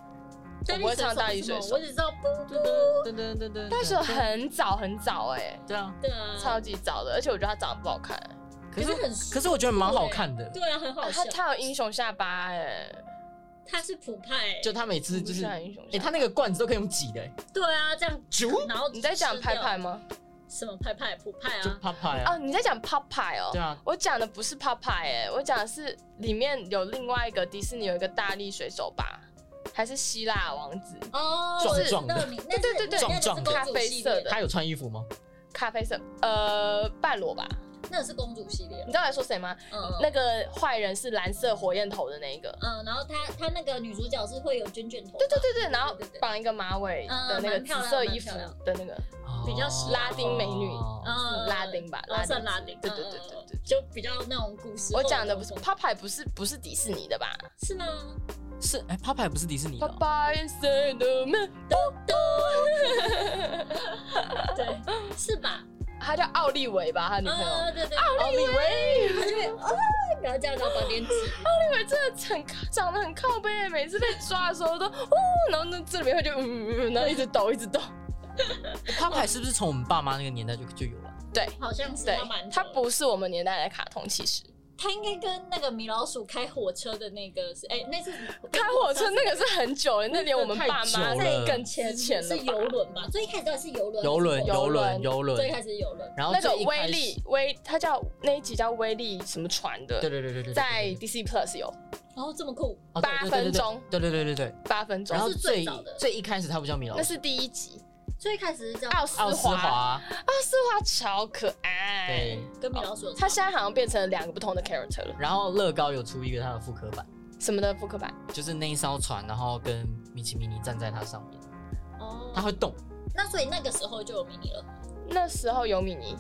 [SPEAKER 2] 大
[SPEAKER 3] 我
[SPEAKER 2] 力
[SPEAKER 3] 不会唱大
[SPEAKER 2] 是
[SPEAKER 3] 力
[SPEAKER 2] 什么
[SPEAKER 3] 水手
[SPEAKER 2] 我只知道布布，
[SPEAKER 1] 噔噔噔噔，
[SPEAKER 3] 大力水手很早很早哎、
[SPEAKER 1] 对啊，
[SPEAKER 2] 对啊，
[SPEAKER 3] 超级早的，而且我觉得他长得不好看、
[SPEAKER 1] 可
[SPEAKER 2] 可是
[SPEAKER 1] 是
[SPEAKER 2] 很
[SPEAKER 1] 可是我觉得蛮好看的，
[SPEAKER 2] 对啊，很好笑
[SPEAKER 3] 他，他有英雄下巴哎、
[SPEAKER 2] 他是普派欸，
[SPEAKER 1] 就他每次
[SPEAKER 3] 不
[SPEAKER 1] 就是，
[SPEAKER 3] 很
[SPEAKER 1] 哎
[SPEAKER 3] 英雄，下巴。
[SPEAKER 1] 他那个罐子都可以用挤的，哎
[SPEAKER 2] 对啊，这样
[SPEAKER 1] 啾
[SPEAKER 2] 然后
[SPEAKER 3] 你在讲
[SPEAKER 2] 吃掉
[SPEAKER 3] 派派吗？
[SPEAKER 2] 什么派派普派
[SPEAKER 1] 就
[SPEAKER 2] 啊？
[SPEAKER 1] 啪啪呀
[SPEAKER 3] 哦，，你在讲 Popeye 哦。
[SPEAKER 1] 对啊，
[SPEAKER 3] 我讲的不是 Popeye 哎、我讲的是里面有另外一个迪士尼有一个大力水手吧，还是希腊王子？
[SPEAKER 2] 哦，
[SPEAKER 1] 壮
[SPEAKER 2] 我知
[SPEAKER 1] 壮的
[SPEAKER 2] 道你，那是
[SPEAKER 3] 对对
[SPEAKER 2] 那
[SPEAKER 3] 对
[SPEAKER 1] 壮
[SPEAKER 2] 个是
[SPEAKER 1] 壮的
[SPEAKER 2] 公主系列
[SPEAKER 3] 对
[SPEAKER 1] 他有穿衣服吗？
[SPEAKER 3] 咖啡色，呃，半裸吧。
[SPEAKER 2] 那个是公主系列
[SPEAKER 3] 你，知道我在说谁吗？
[SPEAKER 2] 嗯嗯
[SPEAKER 3] 那个坏人是蓝色火焰头的那一个。
[SPEAKER 2] 嗯，然后她她那个女主角是会有卷卷头，
[SPEAKER 3] 对对，对对，然后
[SPEAKER 2] 对嗯对
[SPEAKER 3] 绑一个马尾的那个紫色衣服的那个，
[SPEAKER 2] 比较是
[SPEAKER 3] 拉丁美女
[SPEAKER 1] 哦
[SPEAKER 2] 嗯，
[SPEAKER 3] 拉丁吧，
[SPEAKER 2] 然后算拉
[SPEAKER 3] 拉
[SPEAKER 2] 丁，
[SPEAKER 3] 对对
[SPEAKER 2] 嗯
[SPEAKER 3] 对对
[SPEAKER 2] 嗯哦
[SPEAKER 3] 对。
[SPEAKER 2] 嗯就比较那种故事。
[SPEAKER 3] 我讲的不是
[SPEAKER 2] 或者
[SPEAKER 3] Popeye，不是不是迪士尼的吧
[SPEAKER 2] 是吗？
[SPEAKER 1] 是哎，啪啪不是迪士尼的哦，
[SPEAKER 3] ？Popeye is the man，
[SPEAKER 2] 对，是吧？
[SPEAKER 3] 她叫奥利维吧，她女朋友。
[SPEAKER 2] 嗯，对对，啊，
[SPEAKER 3] 奥利维，
[SPEAKER 2] 他就会啊， 然后这样，然后把脸 挤。
[SPEAKER 3] 奥利维真的很长得很靠背，每次被抓的时候都哦，然后那这里面会就嗯嗯嗯，然后一直抖一直抖。
[SPEAKER 1] 他们还是不是从我们爸妈那个年代就就有了？
[SPEAKER 3] 对
[SPEAKER 2] 好像是
[SPEAKER 3] 对
[SPEAKER 2] 他蛮，，
[SPEAKER 3] 它不是我们年代的卡通，其实
[SPEAKER 2] 他应该跟那个米老鼠开火车的那个是，哎、那是
[SPEAKER 3] 开火车那个是很久了，那连我们爸妈
[SPEAKER 1] 太久了哦
[SPEAKER 3] 更之前
[SPEAKER 2] 是
[SPEAKER 3] 了吧
[SPEAKER 2] 游。轮吧？最一开始到底是游轮，
[SPEAKER 1] 游轮，
[SPEAKER 3] 哦游
[SPEAKER 1] 游轮，
[SPEAKER 3] 轮
[SPEAKER 1] 游
[SPEAKER 2] 最一
[SPEAKER 1] 轮。
[SPEAKER 2] 开始是游轮，
[SPEAKER 1] 然后
[SPEAKER 3] 那个
[SPEAKER 1] 最一开
[SPEAKER 3] 威
[SPEAKER 1] 始
[SPEAKER 3] 力，威，它叫那一集叫威力什么船的，
[SPEAKER 1] 对对对对对对，
[SPEAKER 3] 在
[SPEAKER 1] 对
[SPEAKER 3] DC Plus 有
[SPEAKER 2] 然后这么酷，
[SPEAKER 1] 哦对
[SPEAKER 3] 八
[SPEAKER 1] 对对
[SPEAKER 3] 分
[SPEAKER 1] 对对
[SPEAKER 3] 钟
[SPEAKER 1] 对对对对对。
[SPEAKER 3] 八分钟
[SPEAKER 1] 然，后
[SPEAKER 2] 是最
[SPEAKER 1] 最
[SPEAKER 2] 早的
[SPEAKER 1] 最一开始他不叫米老
[SPEAKER 3] 那
[SPEAKER 1] 鼠，哦
[SPEAKER 3] 是第一集。
[SPEAKER 2] 最一开始是叫
[SPEAKER 3] 奥斯
[SPEAKER 1] 奥斯
[SPEAKER 3] 华，
[SPEAKER 1] 华，
[SPEAKER 3] 奥斯华超可爱
[SPEAKER 1] 对。。
[SPEAKER 3] 哎
[SPEAKER 2] 跟米老鼠有差，
[SPEAKER 3] 他现在好像变成两个不同的 character 了，
[SPEAKER 1] 然后乐高有出一个他的复刻版，
[SPEAKER 3] 什么的复刻版。
[SPEAKER 1] 就是那一艘船，然后跟米奇米妮站在它上面，它
[SPEAKER 2] 哦，
[SPEAKER 1] 会动。
[SPEAKER 2] 那所以那个时候就有迷你了，
[SPEAKER 3] 那时候有米妮，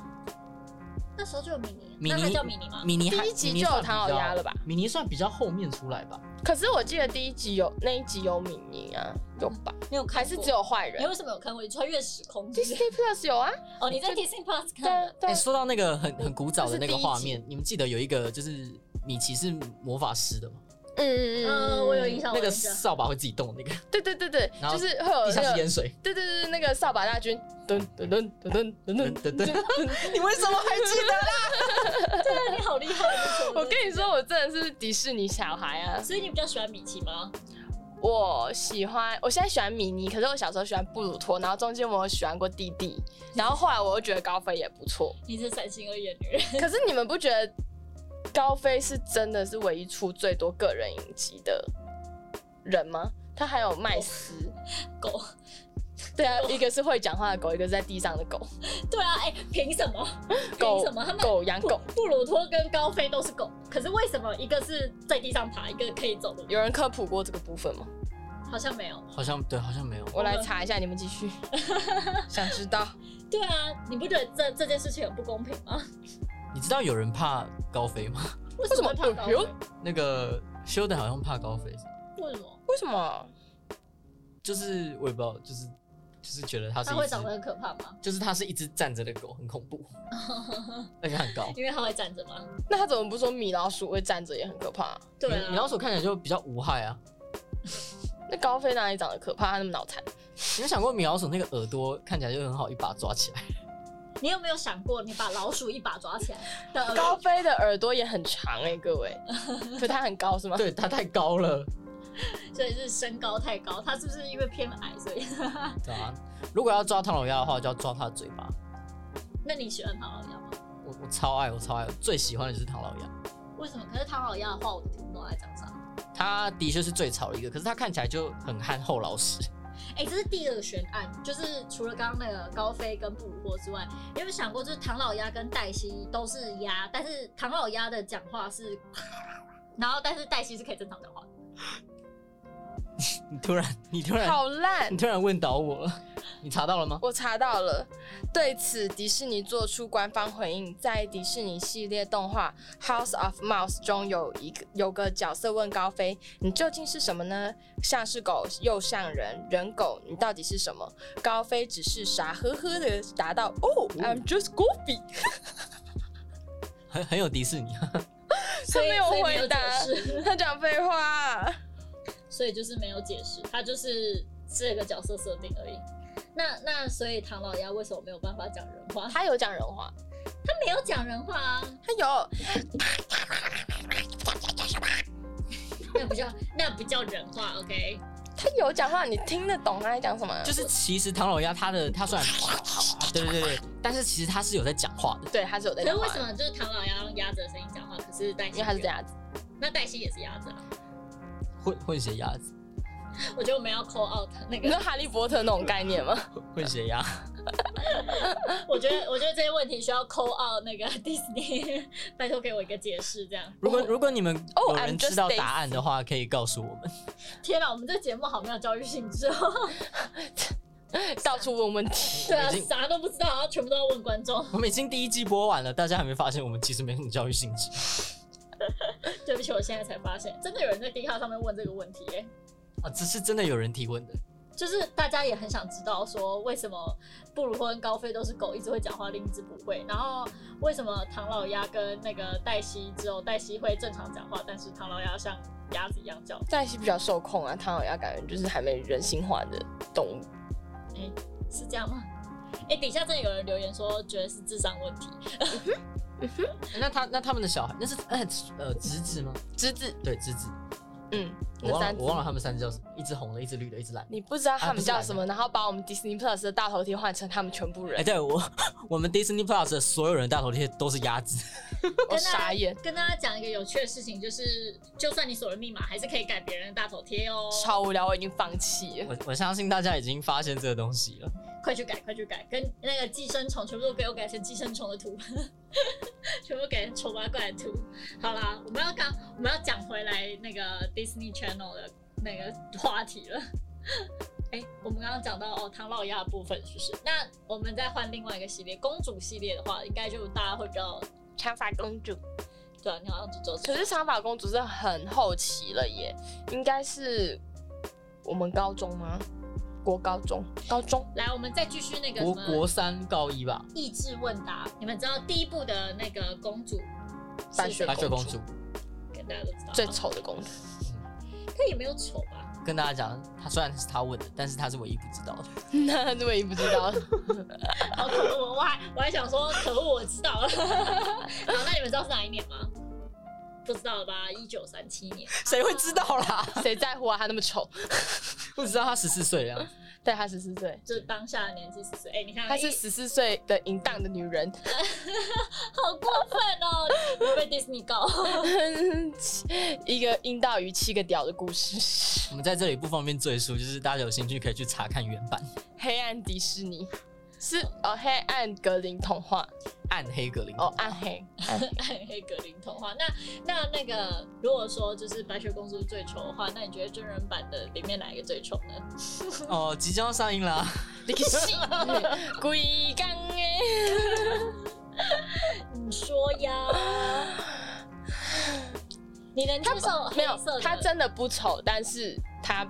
[SPEAKER 2] 那时候就有迷你，
[SPEAKER 1] 米
[SPEAKER 2] 那它
[SPEAKER 1] 妮
[SPEAKER 2] 叫迷你吗？
[SPEAKER 1] 米妮还
[SPEAKER 3] 第一集
[SPEAKER 1] 米妮
[SPEAKER 3] 就有
[SPEAKER 1] 算比
[SPEAKER 3] 唐老
[SPEAKER 1] 较
[SPEAKER 3] 鸭了吧？
[SPEAKER 1] 米妮算比较后面出来吧？
[SPEAKER 3] 可是我记得第一集有那一集有米妮啊，有吧？
[SPEAKER 2] 没有看过，
[SPEAKER 3] 还是只有坏
[SPEAKER 2] 你
[SPEAKER 3] 人
[SPEAKER 2] 哎为什么有看过？你穿越时空是不是？
[SPEAKER 3] ？Disney Plus 有啊，
[SPEAKER 2] 哦，你在 Disney Plus
[SPEAKER 3] 对啊
[SPEAKER 2] 看的，
[SPEAKER 3] 对
[SPEAKER 1] 哎、
[SPEAKER 3] 啊，
[SPEAKER 1] 说到那个很很古早的那个
[SPEAKER 3] 这是第一
[SPEAKER 1] 画面，你们记得有一个就是米奇是魔法师的吗？
[SPEAKER 3] 嗯嗯
[SPEAKER 2] 嗯，我有印，象，
[SPEAKER 1] 那
[SPEAKER 2] 我有
[SPEAKER 1] 个
[SPEAKER 2] 印象
[SPEAKER 1] 扫把会自己动 的那个，
[SPEAKER 3] 对对对对，
[SPEAKER 1] 然后
[SPEAKER 3] 就是会
[SPEAKER 1] 地
[SPEAKER 3] 有呃那
[SPEAKER 1] 上是
[SPEAKER 3] 个，
[SPEAKER 1] 淹水。
[SPEAKER 3] 对对对，对那个扫把大军，噔噔噔噔噔噔
[SPEAKER 1] 噔
[SPEAKER 3] 噔
[SPEAKER 1] 噔噔，你为什么还记得？
[SPEAKER 2] 对啊，你好厉害，不错
[SPEAKER 3] 我跟你说，，我真的是迪士尼小孩啊！
[SPEAKER 2] 所以你比较喜欢米奇吗？
[SPEAKER 3] 我喜欢，我现在喜欢米妮，可是我小时候喜欢布鲁托，然后中间我有喜欢过弟弟，然后后来我又觉得高飞也 不错。
[SPEAKER 2] 你是三心二意的女人，
[SPEAKER 3] 可是你们不觉得高飞是真的是唯一出最多个人影集的人吗？他还有麦斯，
[SPEAKER 2] 狗。
[SPEAKER 3] 对啊，一个是会讲话的狗，一个是在地上的 狗，
[SPEAKER 2] 对啊，哎、凭什么？凭
[SPEAKER 3] 狗
[SPEAKER 2] 什么？他们
[SPEAKER 3] 狗养
[SPEAKER 2] 布
[SPEAKER 3] 狗。
[SPEAKER 2] 布鲁托跟高飞都是狗，可是为什么一个是在地上爬，一个可以走路？
[SPEAKER 3] 有人科普过这个部分吗？
[SPEAKER 2] 好像没有。
[SPEAKER 1] 好像对，好像没有。
[SPEAKER 3] 我来查一下，你们继续。想知道？
[SPEAKER 2] 对啊，你不觉得这这件事情很不公平吗？
[SPEAKER 1] 你知道有人怕高飞吗？
[SPEAKER 2] 为什么会
[SPEAKER 3] 为
[SPEAKER 2] 怕
[SPEAKER 3] 什么哎
[SPEAKER 2] 高飞？
[SPEAKER 1] 那个修的好像怕高飞，
[SPEAKER 2] 为什么？
[SPEAKER 3] 为什么？
[SPEAKER 1] 就是我也不知道，就是就是觉得它是
[SPEAKER 2] 它
[SPEAKER 1] 一
[SPEAKER 2] 会
[SPEAKER 1] 只，
[SPEAKER 2] 长得很可怕吗？
[SPEAKER 1] 就是它是一只站着的狗，很恐 怖，而且它很高。
[SPEAKER 2] 因为它会站着吗？
[SPEAKER 3] 那他怎么不说米老鼠会站着也很可怕、
[SPEAKER 2] 对
[SPEAKER 1] 米米老
[SPEAKER 2] 啊，
[SPEAKER 1] 鼠看起来就比较无害啊。
[SPEAKER 3] 那高飞哪里长得可怕？他那么脑残，
[SPEAKER 1] 你有想过米老鼠那个耳朵看起来就很好一把抓起来？
[SPEAKER 2] 你有没有想过，你把老鼠一把抓起来 的耳
[SPEAKER 3] 高
[SPEAKER 2] 朵？
[SPEAKER 3] 飞的耳朵也很长哎、各位，可他很高是吗？
[SPEAKER 1] 对，它太高了，
[SPEAKER 2] 所以是身高太高，它是不是因为偏矮？所以，
[SPEAKER 1] 对啊。如果要抓唐老鸭的话，就要抓它的嘴巴。
[SPEAKER 2] 那你喜欢唐老鸭吗？
[SPEAKER 1] 我我超爱，我超爱，我最喜欢的就是唐老鸭。
[SPEAKER 2] 为什么？可是唐老鸭的话，我都听不懂它在讲啥。
[SPEAKER 1] 它的确是最吵的一个，可是它看起来就很憨厚老实。
[SPEAKER 2] 哎、这是第二个悬案，就是除了刚刚那个高飞跟布鲁托之外，你有没有想过，就是唐老鸭跟黛西都是鸭，但是唐老鸭的讲话是， 然后但是黛西是可以正常讲话的。
[SPEAKER 1] 你突然，你突然，
[SPEAKER 3] 好烂
[SPEAKER 1] 你！突然问倒我了。你查到了吗？
[SPEAKER 3] 我查到了，对此迪士尼做出官方回应，在迪士尼系列动画《House of Mouse》中有一个有个角色问高飞：“你究竟是什么呢？像是狗又像人，人狗你到底是什么？”高飞只是傻呵呵的答道：“哦、i m just Goofy。
[SPEAKER 1] 很很有迪士 尼。
[SPEAKER 3] 他 没有
[SPEAKER 2] 所以所以
[SPEAKER 3] 回答
[SPEAKER 2] 没有解释，”
[SPEAKER 3] 他讲废话。
[SPEAKER 2] 所以就是没有解释，他就是这个角色设定而已。那那所以唐老鸭为什么没有办法讲人话？
[SPEAKER 3] 他有讲人话，
[SPEAKER 2] 他没有讲人话啊，
[SPEAKER 3] 他有
[SPEAKER 2] 那不叫那不叫人话，OK？
[SPEAKER 3] 他有讲话，你听得懂他在讲什么？
[SPEAKER 1] 就是其实唐老鸭它的它虽然，对对对对，但是其实它是有在讲话的。
[SPEAKER 3] 对，他是有在
[SPEAKER 2] 可是
[SPEAKER 3] 讲话
[SPEAKER 2] 为
[SPEAKER 3] 的。
[SPEAKER 2] 什么就是唐老鸭用鸭子的声音讲话，可是黛西
[SPEAKER 3] 因为他是这
[SPEAKER 2] 没有？
[SPEAKER 3] 样子，
[SPEAKER 2] 那黛西也是鸭子啊。
[SPEAKER 1] 混混血鸭子，
[SPEAKER 2] 我觉得我们要 call out 那
[SPEAKER 3] 你知
[SPEAKER 2] 个
[SPEAKER 3] 道，哈利波特那种概念吗？
[SPEAKER 1] 混血鸭，
[SPEAKER 2] 我觉得我觉得这些问题需要 call out 那个 Disney，拜托给我一个解释，这样。
[SPEAKER 1] 如果如果你们
[SPEAKER 3] 哦
[SPEAKER 1] 有人
[SPEAKER 3] I'm just
[SPEAKER 1] 知道答案的话，可以告诉我们。
[SPEAKER 2] 天哪，我们这节目好没有教育性质 哦。
[SPEAKER 3] 到处问问题。
[SPEAKER 2] 对啊，
[SPEAKER 1] 我们已经
[SPEAKER 2] 啥都不知道，然后全部都要问观众。
[SPEAKER 1] 我们已经第一季播完了，大家还没发现我们其实没什么教育性质。
[SPEAKER 2] 对不起，我现在才发现，真的有人在 d 卡上面问这个问题、耶。
[SPEAKER 1] 啊，只是真的有人提问的。
[SPEAKER 2] 就是大家也很想知道说为什么布鲁或跟高飞都是狗，一只会讲话，另一只不会，然后为什么唐老鸭跟那个黛西只有黛西会正常讲话，但是唐老鸭像鸭子一样叫。
[SPEAKER 3] 黛西比较受控啊，唐老鸭感觉就是还没人性化的动物。
[SPEAKER 2] 哎、是这样吗？哎、底下真的有人留言说觉得是智商问题，
[SPEAKER 1] 那他那他们的小孩，那是那呃侄子吗？
[SPEAKER 3] 嗯侄子，
[SPEAKER 1] 对，侄子，
[SPEAKER 3] 嗯，
[SPEAKER 1] 我忘了
[SPEAKER 3] 那三只
[SPEAKER 1] 我忘了他们三只叫什么，一只红的，一只绿的，一只蓝的。
[SPEAKER 3] 你不知道他
[SPEAKER 1] 啊不
[SPEAKER 3] 们
[SPEAKER 1] 是蓝
[SPEAKER 3] 叫
[SPEAKER 1] 的
[SPEAKER 3] 什么，然后把我们 Disney Plus 的大头贴换成他们全部
[SPEAKER 1] 哎、
[SPEAKER 3] 人，
[SPEAKER 1] 对我我们 Disney Plus 的所有人大头贴都是鸭子，
[SPEAKER 3] 我
[SPEAKER 2] 跟大家
[SPEAKER 3] 哦傻眼，
[SPEAKER 2] 跟大家讲一个有趣的事情，就是就算你锁了密码，还是可以改别人的大头贴哦。
[SPEAKER 3] 超无聊，我已经放弃了。
[SPEAKER 1] 我我相信大家已经发现这个东西了。
[SPEAKER 2] 快去改，快去改，跟那个寄生虫全部都给我改成寄生虫的图， 全部改成丑八怪的图。好啦，我们要刚我们要讲回来那个 Disney Channel 的那个话题了。 哎、我们刚刚讲到哦，唐老鸭的部分是不是？那我们再换另外一个系列，公主系列的话，应该就大家会比较
[SPEAKER 3] 长发公主，
[SPEAKER 2] 对啊，你好像只做
[SPEAKER 3] 可是长发公主是很后期了耶，应该是我们高中吗？国高中，高中
[SPEAKER 2] 来，我们再继续那个
[SPEAKER 1] 国
[SPEAKER 2] 什么
[SPEAKER 1] 国三高一吧，
[SPEAKER 2] 益智问答。你们知道第一部的那个公主是
[SPEAKER 3] 白雪
[SPEAKER 1] 白雪公
[SPEAKER 3] 公
[SPEAKER 1] 主。
[SPEAKER 2] 跟大家都知道，哦
[SPEAKER 3] 最丑的公主，
[SPEAKER 2] 她也没有丑吧？
[SPEAKER 1] 跟大家讲，她虽然是她问的，但是她是唯一不知道的。
[SPEAKER 3] 那这么也不知道。
[SPEAKER 2] 好可恶！我还我还想说，可恶，我知道了。 好，那你们知道是哪一年吗？不知道了吧？一九三七年。
[SPEAKER 1] 谁会知道啦？
[SPEAKER 3] 谁在乎啊？他那么丑，
[SPEAKER 1] 不知道她十四岁啊了，
[SPEAKER 3] 对他十四岁，
[SPEAKER 2] 就当下的年纪是谁？哎、你看，
[SPEAKER 3] 她是
[SPEAKER 2] 哎
[SPEAKER 3] 十四岁的淫荡的女人，
[SPEAKER 2] 好过分哦！你会被 Disney 告。
[SPEAKER 3] 一个阴道与七个屌的故事，
[SPEAKER 1] 我们在这里不方便赘述，就是大家有兴趣可以去查看原版《
[SPEAKER 3] 黑暗迪士尼是哦，黑暗格林童话
[SPEAKER 1] 暗黑格林》
[SPEAKER 3] 哦，，暗黑，暗黑
[SPEAKER 2] 暗黑格林童话。那那那个，如果说就是白雪公主最丑的话，那你觉得真人版的里面哪一个最丑呢？
[SPEAKER 1] 哦，即将要上映啦。
[SPEAKER 3] 你个屁，鬼刚哎，
[SPEAKER 2] 你说呀？你能接受
[SPEAKER 3] 没有
[SPEAKER 2] 黑色，的
[SPEAKER 3] 她真的不丑，但是她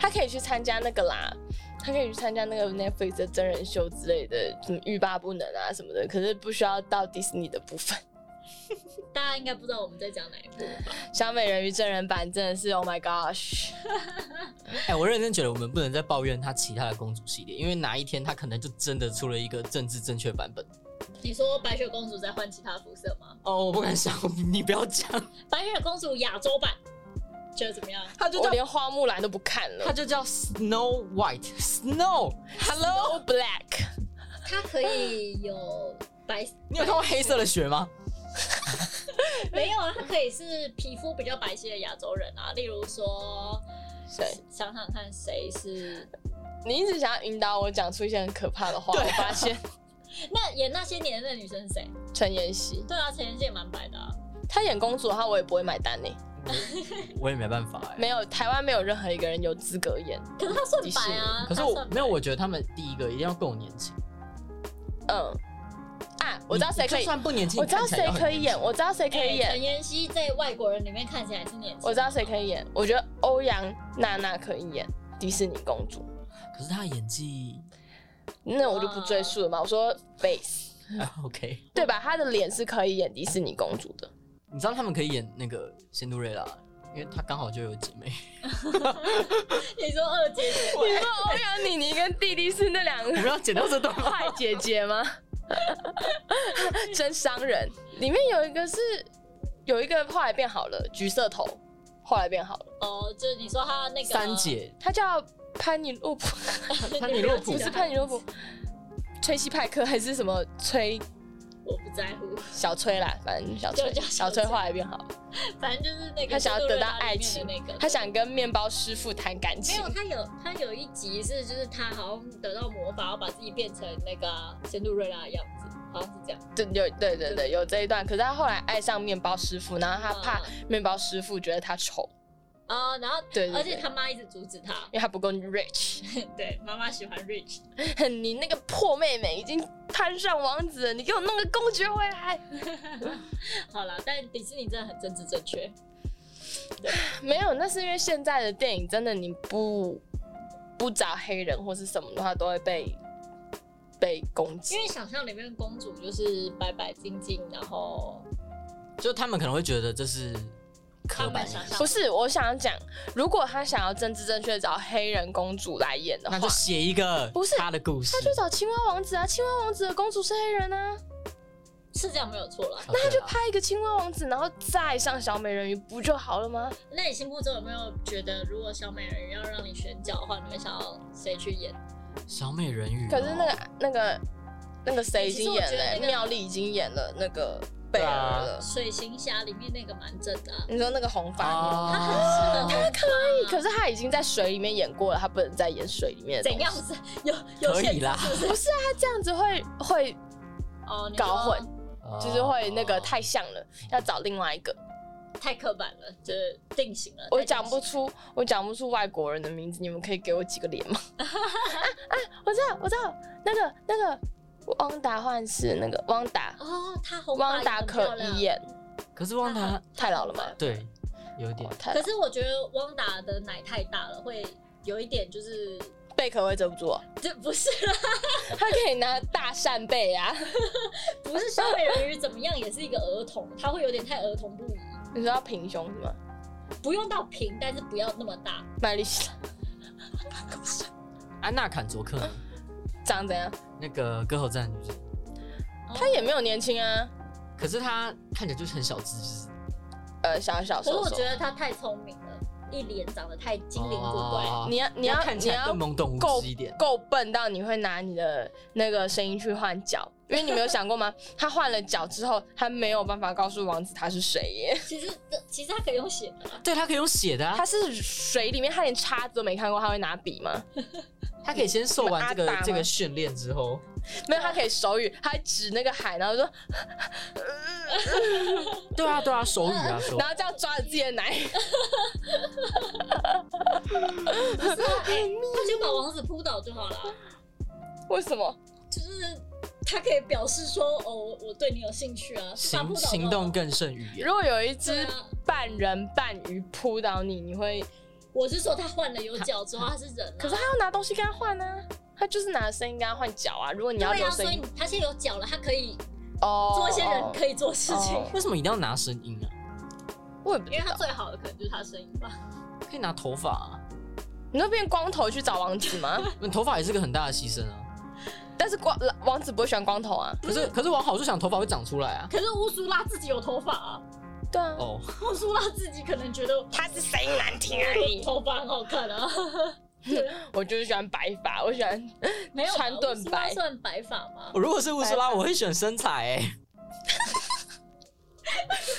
[SPEAKER 3] 她可以去参加那个啦。她可以去参加那个 Netflix 的真人秀之类的，什么欲罢不能啊什么的，可是不需要到迪士尼的部分。
[SPEAKER 2] 大家应该不知道我们在讲哪一部。
[SPEAKER 3] 小美人鱼真人版真的是 Oh my gosh！
[SPEAKER 1] 哎、我认真觉得我们不能再抱怨她其他的公主系列，因为哪一天她可能就真的出了一个政治正确版本。
[SPEAKER 2] 你说白雪公主在换其他肤色吗？
[SPEAKER 1] 哦，我不敢想，你不要讲，
[SPEAKER 2] 白雪公主亚洲版，觉得怎么样？
[SPEAKER 1] 她就
[SPEAKER 3] 我
[SPEAKER 1] 叫
[SPEAKER 3] 连花木兰都不看了。
[SPEAKER 1] 她就叫 Snow White Snow。Hello，
[SPEAKER 3] Hello Black，
[SPEAKER 2] 她可以 有白，
[SPEAKER 1] 你有看过黑色的雪吗？
[SPEAKER 2] 没有啊？她可以是皮肤比较白皙的亚洲人啊，例如说，
[SPEAKER 3] 谁？
[SPEAKER 2] 想想看谁是
[SPEAKER 3] 你一直想要引导我讲出一些很可怕的话，我发现
[SPEAKER 2] 那演那些年的那女生是谁？
[SPEAKER 3] 陈妍希
[SPEAKER 2] 对啊，陈妍希也蛮白的啊。
[SPEAKER 3] 她演公主的话，我也不会买单呢。
[SPEAKER 1] 我也没办法哎、
[SPEAKER 3] 没有，台湾没有任何一个人有资格演。
[SPEAKER 2] 可是她算白啊，
[SPEAKER 1] 可是
[SPEAKER 2] 她
[SPEAKER 1] 我
[SPEAKER 2] 算白
[SPEAKER 1] 没有，我觉得他们第一个一定要够年轻。
[SPEAKER 3] 嗯啊，我知道谁可
[SPEAKER 1] 就
[SPEAKER 3] 以，
[SPEAKER 1] 算不年轻，
[SPEAKER 3] 我知道谁可以演，我知道谁可以
[SPEAKER 2] 哎
[SPEAKER 3] 演
[SPEAKER 2] 陈，妍希在外国人里面看起来是年轻，
[SPEAKER 3] 我知道谁可以演。我觉得欧阳娜娜可以演迪士尼公主，
[SPEAKER 1] 可是他的演 技
[SPEAKER 3] 那我就不赘述了嘛。我说 face。
[SPEAKER 1] 啊 OK。
[SPEAKER 3] 对吧？她的脸是可以演迪士尼公主 的，
[SPEAKER 1] 你知道他们可以演那个仙杜瑞拉，因为她刚好就有姐妹。
[SPEAKER 2] 你说二姐姐，
[SPEAKER 3] 你说哦欧阳妮妮跟弟弟是那两
[SPEAKER 1] 你
[SPEAKER 3] 个
[SPEAKER 1] 们要剪掉这 段吗？
[SPEAKER 3] 坏姐姐吗？真伤人。里面有一个是有一个后来变好了，橘色头，后来变好了，
[SPEAKER 2] 哦，就是你说她那个
[SPEAKER 1] 三， 姐，
[SPEAKER 3] 她叫潘尼洛普，
[SPEAKER 1] 潘尼洛普
[SPEAKER 2] 你不
[SPEAKER 3] 不
[SPEAKER 2] 要记
[SPEAKER 3] 是
[SPEAKER 2] 得
[SPEAKER 3] 潘尼洛普，崔西派克还是什么崔
[SPEAKER 2] 我不在乎，
[SPEAKER 3] 小崔啦，反正小
[SPEAKER 2] 就
[SPEAKER 3] 崔
[SPEAKER 2] 叫小
[SPEAKER 3] 小
[SPEAKER 2] 崔
[SPEAKER 3] 崔后来变好了，
[SPEAKER 2] 反正就是那个
[SPEAKER 3] 她想要得到爱
[SPEAKER 2] 仙
[SPEAKER 3] 情
[SPEAKER 2] 杜瑞拉里面的那个，
[SPEAKER 3] 她想跟面包师傅谈感
[SPEAKER 2] 没
[SPEAKER 3] 情
[SPEAKER 2] 有，，他有他有一集是就是他好像得到魔法，要把自己变成那个啊仙杜瑞拉的样子，好像是这样。
[SPEAKER 3] 对有对对对有这一段，可是她后来爱上面包师傅，然后她怕
[SPEAKER 2] 嗯
[SPEAKER 3] 面包师傅觉得她丑，
[SPEAKER 2] 啊、然后
[SPEAKER 3] 对对对
[SPEAKER 2] 而且他妈一直阻止他
[SPEAKER 3] 因，为她不够 rich。
[SPEAKER 2] 对，妈妈喜欢 Rich，
[SPEAKER 3] 你那个破妹妹已经攀上王子了，你给我弄个公爵回来。
[SPEAKER 2] 好啦，但迪士尼真的很政治正确，
[SPEAKER 3] 没有，那是因为现在的电影真的你不不找黑人或是什么的话，都会被被攻击
[SPEAKER 2] 因。为想象里面公主就是白白净净，然后
[SPEAKER 1] 就他们可能会觉得这是刻
[SPEAKER 2] 他
[SPEAKER 1] 板
[SPEAKER 2] 们
[SPEAKER 1] 印
[SPEAKER 2] 想
[SPEAKER 1] 象，
[SPEAKER 2] 象
[SPEAKER 3] 不是，我想讲，如果他想要政治正确找黑人公主来演的话，
[SPEAKER 1] 那就写一个
[SPEAKER 3] 不是
[SPEAKER 1] 他的故事
[SPEAKER 3] 他，就找青蛙王子啊，青蛙王子的公主是黑人啊，
[SPEAKER 2] 是这样没有错了。
[SPEAKER 1] 那他就
[SPEAKER 3] 拍一个青蛙王子，然后再上小美人鱼不就好了吗？
[SPEAKER 2] 那你心目中有没有觉得，如果小美人鱼要让你选角的话，你会想要谁去演？
[SPEAKER 1] 小美人鱼哦。
[SPEAKER 3] 可是那个那个那个
[SPEAKER 2] 欸
[SPEAKER 3] 谁已
[SPEAKER 2] 其实
[SPEAKER 3] 经
[SPEAKER 2] 我
[SPEAKER 3] 演
[SPEAKER 2] 觉
[SPEAKER 3] 了
[SPEAKER 2] 得
[SPEAKER 3] 欸、
[SPEAKER 2] 那个
[SPEAKER 3] 妙丽已经演了那个贝尔了。
[SPEAKER 2] 水行侠里面那个蛮正的、啊，
[SPEAKER 3] 你说那个红发女嗯
[SPEAKER 1] 啊，
[SPEAKER 2] 他可以
[SPEAKER 3] 可是她已经在水里面演过了，她不能再演水里面
[SPEAKER 2] 怎
[SPEAKER 3] 的东西
[SPEAKER 2] 样子有有
[SPEAKER 1] 可以
[SPEAKER 2] 限制
[SPEAKER 1] 啦
[SPEAKER 2] 是不是
[SPEAKER 3] 不是啊，她这样子会会
[SPEAKER 2] 哦，你说
[SPEAKER 3] 搞混，
[SPEAKER 1] 哦
[SPEAKER 3] 就是会那个太像了，要找另外一个。
[SPEAKER 2] 太刻板了，就是定型了。
[SPEAKER 3] 我
[SPEAKER 2] 太定型
[SPEAKER 3] 讲不出，我讲不出外国人的名字，你们可以给我几个脸吗？ 啊啊，我知道，我知道，那个那个汪达幻视，那个汪达，
[SPEAKER 2] 哦，他红发
[SPEAKER 3] 汪达
[SPEAKER 2] 也很
[SPEAKER 3] 可
[SPEAKER 2] 漂亮
[SPEAKER 3] 以。演，
[SPEAKER 1] 可是汪达
[SPEAKER 3] 太老了吗？
[SPEAKER 1] 对有一点
[SPEAKER 3] 哦太
[SPEAKER 2] 可是我觉得汪达的奶太大了，会有一点就是
[SPEAKER 3] 贝壳会遮不住哦，
[SPEAKER 2] 这不是
[SPEAKER 3] 他可以拿大扇贝啊。
[SPEAKER 2] 不是小美人鱼怎么样，也是一个儿童，他会有点太儿童不宜，
[SPEAKER 3] 你知道平胸是吗？
[SPEAKER 2] 不用到平，但是不要那么大。
[SPEAKER 3] 麦丽莎
[SPEAKER 1] 安娜坎卓克呢
[SPEAKER 3] 长怎样？
[SPEAKER 1] 那个歌喉战女生，
[SPEAKER 3] 她也没有年轻啊，
[SPEAKER 1] 可是她看起来就是很小只，就是
[SPEAKER 3] 呃，小小
[SPEAKER 2] 可是
[SPEAKER 3] 瘦
[SPEAKER 2] 我
[SPEAKER 3] 瘦
[SPEAKER 2] 觉。得他太聪明了，一脸长得太精灵古怪。
[SPEAKER 1] 哦
[SPEAKER 3] 你要你
[SPEAKER 1] 要
[SPEAKER 3] 要
[SPEAKER 1] 看
[SPEAKER 3] 你
[SPEAKER 1] 起来
[SPEAKER 3] 要
[SPEAKER 1] 更懵懂无
[SPEAKER 3] 够
[SPEAKER 1] 知一点。
[SPEAKER 3] 够笨到你会拿你的那个声音去换脚，因为你没有想过吗？ 他换了脚之后，他没有办法告诉王子他是谁耶，
[SPEAKER 2] 其实这其实他可以用写的啊，
[SPEAKER 1] 对，她可以用写的啊
[SPEAKER 3] 他，是水里面，他连叉子都没看过，他会拿笔吗？
[SPEAKER 1] 她可以先受完这
[SPEAKER 3] 你们
[SPEAKER 1] 个
[SPEAKER 3] 阿达吗
[SPEAKER 1] 这个训练之后，
[SPEAKER 3] 没有，他可以手语，他还指那个海，然后说，
[SPEAKER 1] 对啊对啊，手语啊手语
[SPEAKER 3] 然。后这样抓着自己的奶，
[SPEAKER 2] 不 是啊？哎他就把王子扑倒就好了，
[SPEAKER 3] 为什么？
[SPEAKER 2] 就是他可以表示说哦，我我对你有兴趣啊，就把他
[SPEAKER 1] 行
[SPEAKER 2] 扑倒就好
[SPEAKER 1] 行动
[SPEAKER 2] 了
[SPEAKER 1] 更胜语言
[SPEAKER 3] 如，果有一
[SPEAKER 2] 对
[SPEAKER 3] 只
[SPEAKER 2] 啊。
[SPEAKER 3] 半人半鱼扑倒你，你会？
[SPEAKER 2] 我是说他换了有脚之后他是人、啊，
[SPEAKER 3] 可是他要拿东西跟他换啊，他就是拿声音跟他换脚啊。如果你要
[SPEAKER 2] 对
[SPEAKER 3] 留
[SPEAKER 2] 啊，所
[SPEAKER 3] 声
[SPEAKER 2] 以
[SPEAKER 3] 音，
[SPEAKER 2] 他现在有脚了，他可以
[SPEAKER 3] 哦
[SPEAKER 2] 做一些人可以做的事情，
[SPEAKER 3] 哦
[SPEAKER 1] 为什么一定要拿声音啊？
[SPEAKER 3] 我也不
[SPEAKER 2] 因为
[SPEAKER 3] 知
[SPEAKER 2] 他
[SPEAKER 3] 道。
[SPEAKER 2] 最好的可能就是他的声音吧。
[SPEAKER 1] 可以拿头发啊，
[SPEAKER 3] 你会变光头去找王子 吗？
[SPEAKER 1] 那头发也是个很大的牺牲啊。
[SPEAKER 3] 但是光王子不会喜欢光头啊。
[SPEAKER 1] 可是可是往好处想，头发会长出来啊。
[SPEAKER 2] 可是乌苏拉自己有头发啊，
[SPEAKER 3] 对啊，
[SPEAKER 1] 哦，
[SPEAKER 2] 乌苏拉自己可能觉得
[SPEAKER 3] 他是声音难听而
[SPEAKER 2] 我。头发很好看 啊，
[SPEAKER 3] 我就是喜欢白发，我喜欢
[SPEAKER 2] 没有吧
[SPEAKER 3] 川顿
[SPEAKER 2] 乌苏
[SPEAKER 3] 白
[SPEAKER 2] 拉算白发吗？
[SPEAKER 1] 如果是乌苏拉，我会选身材、欸。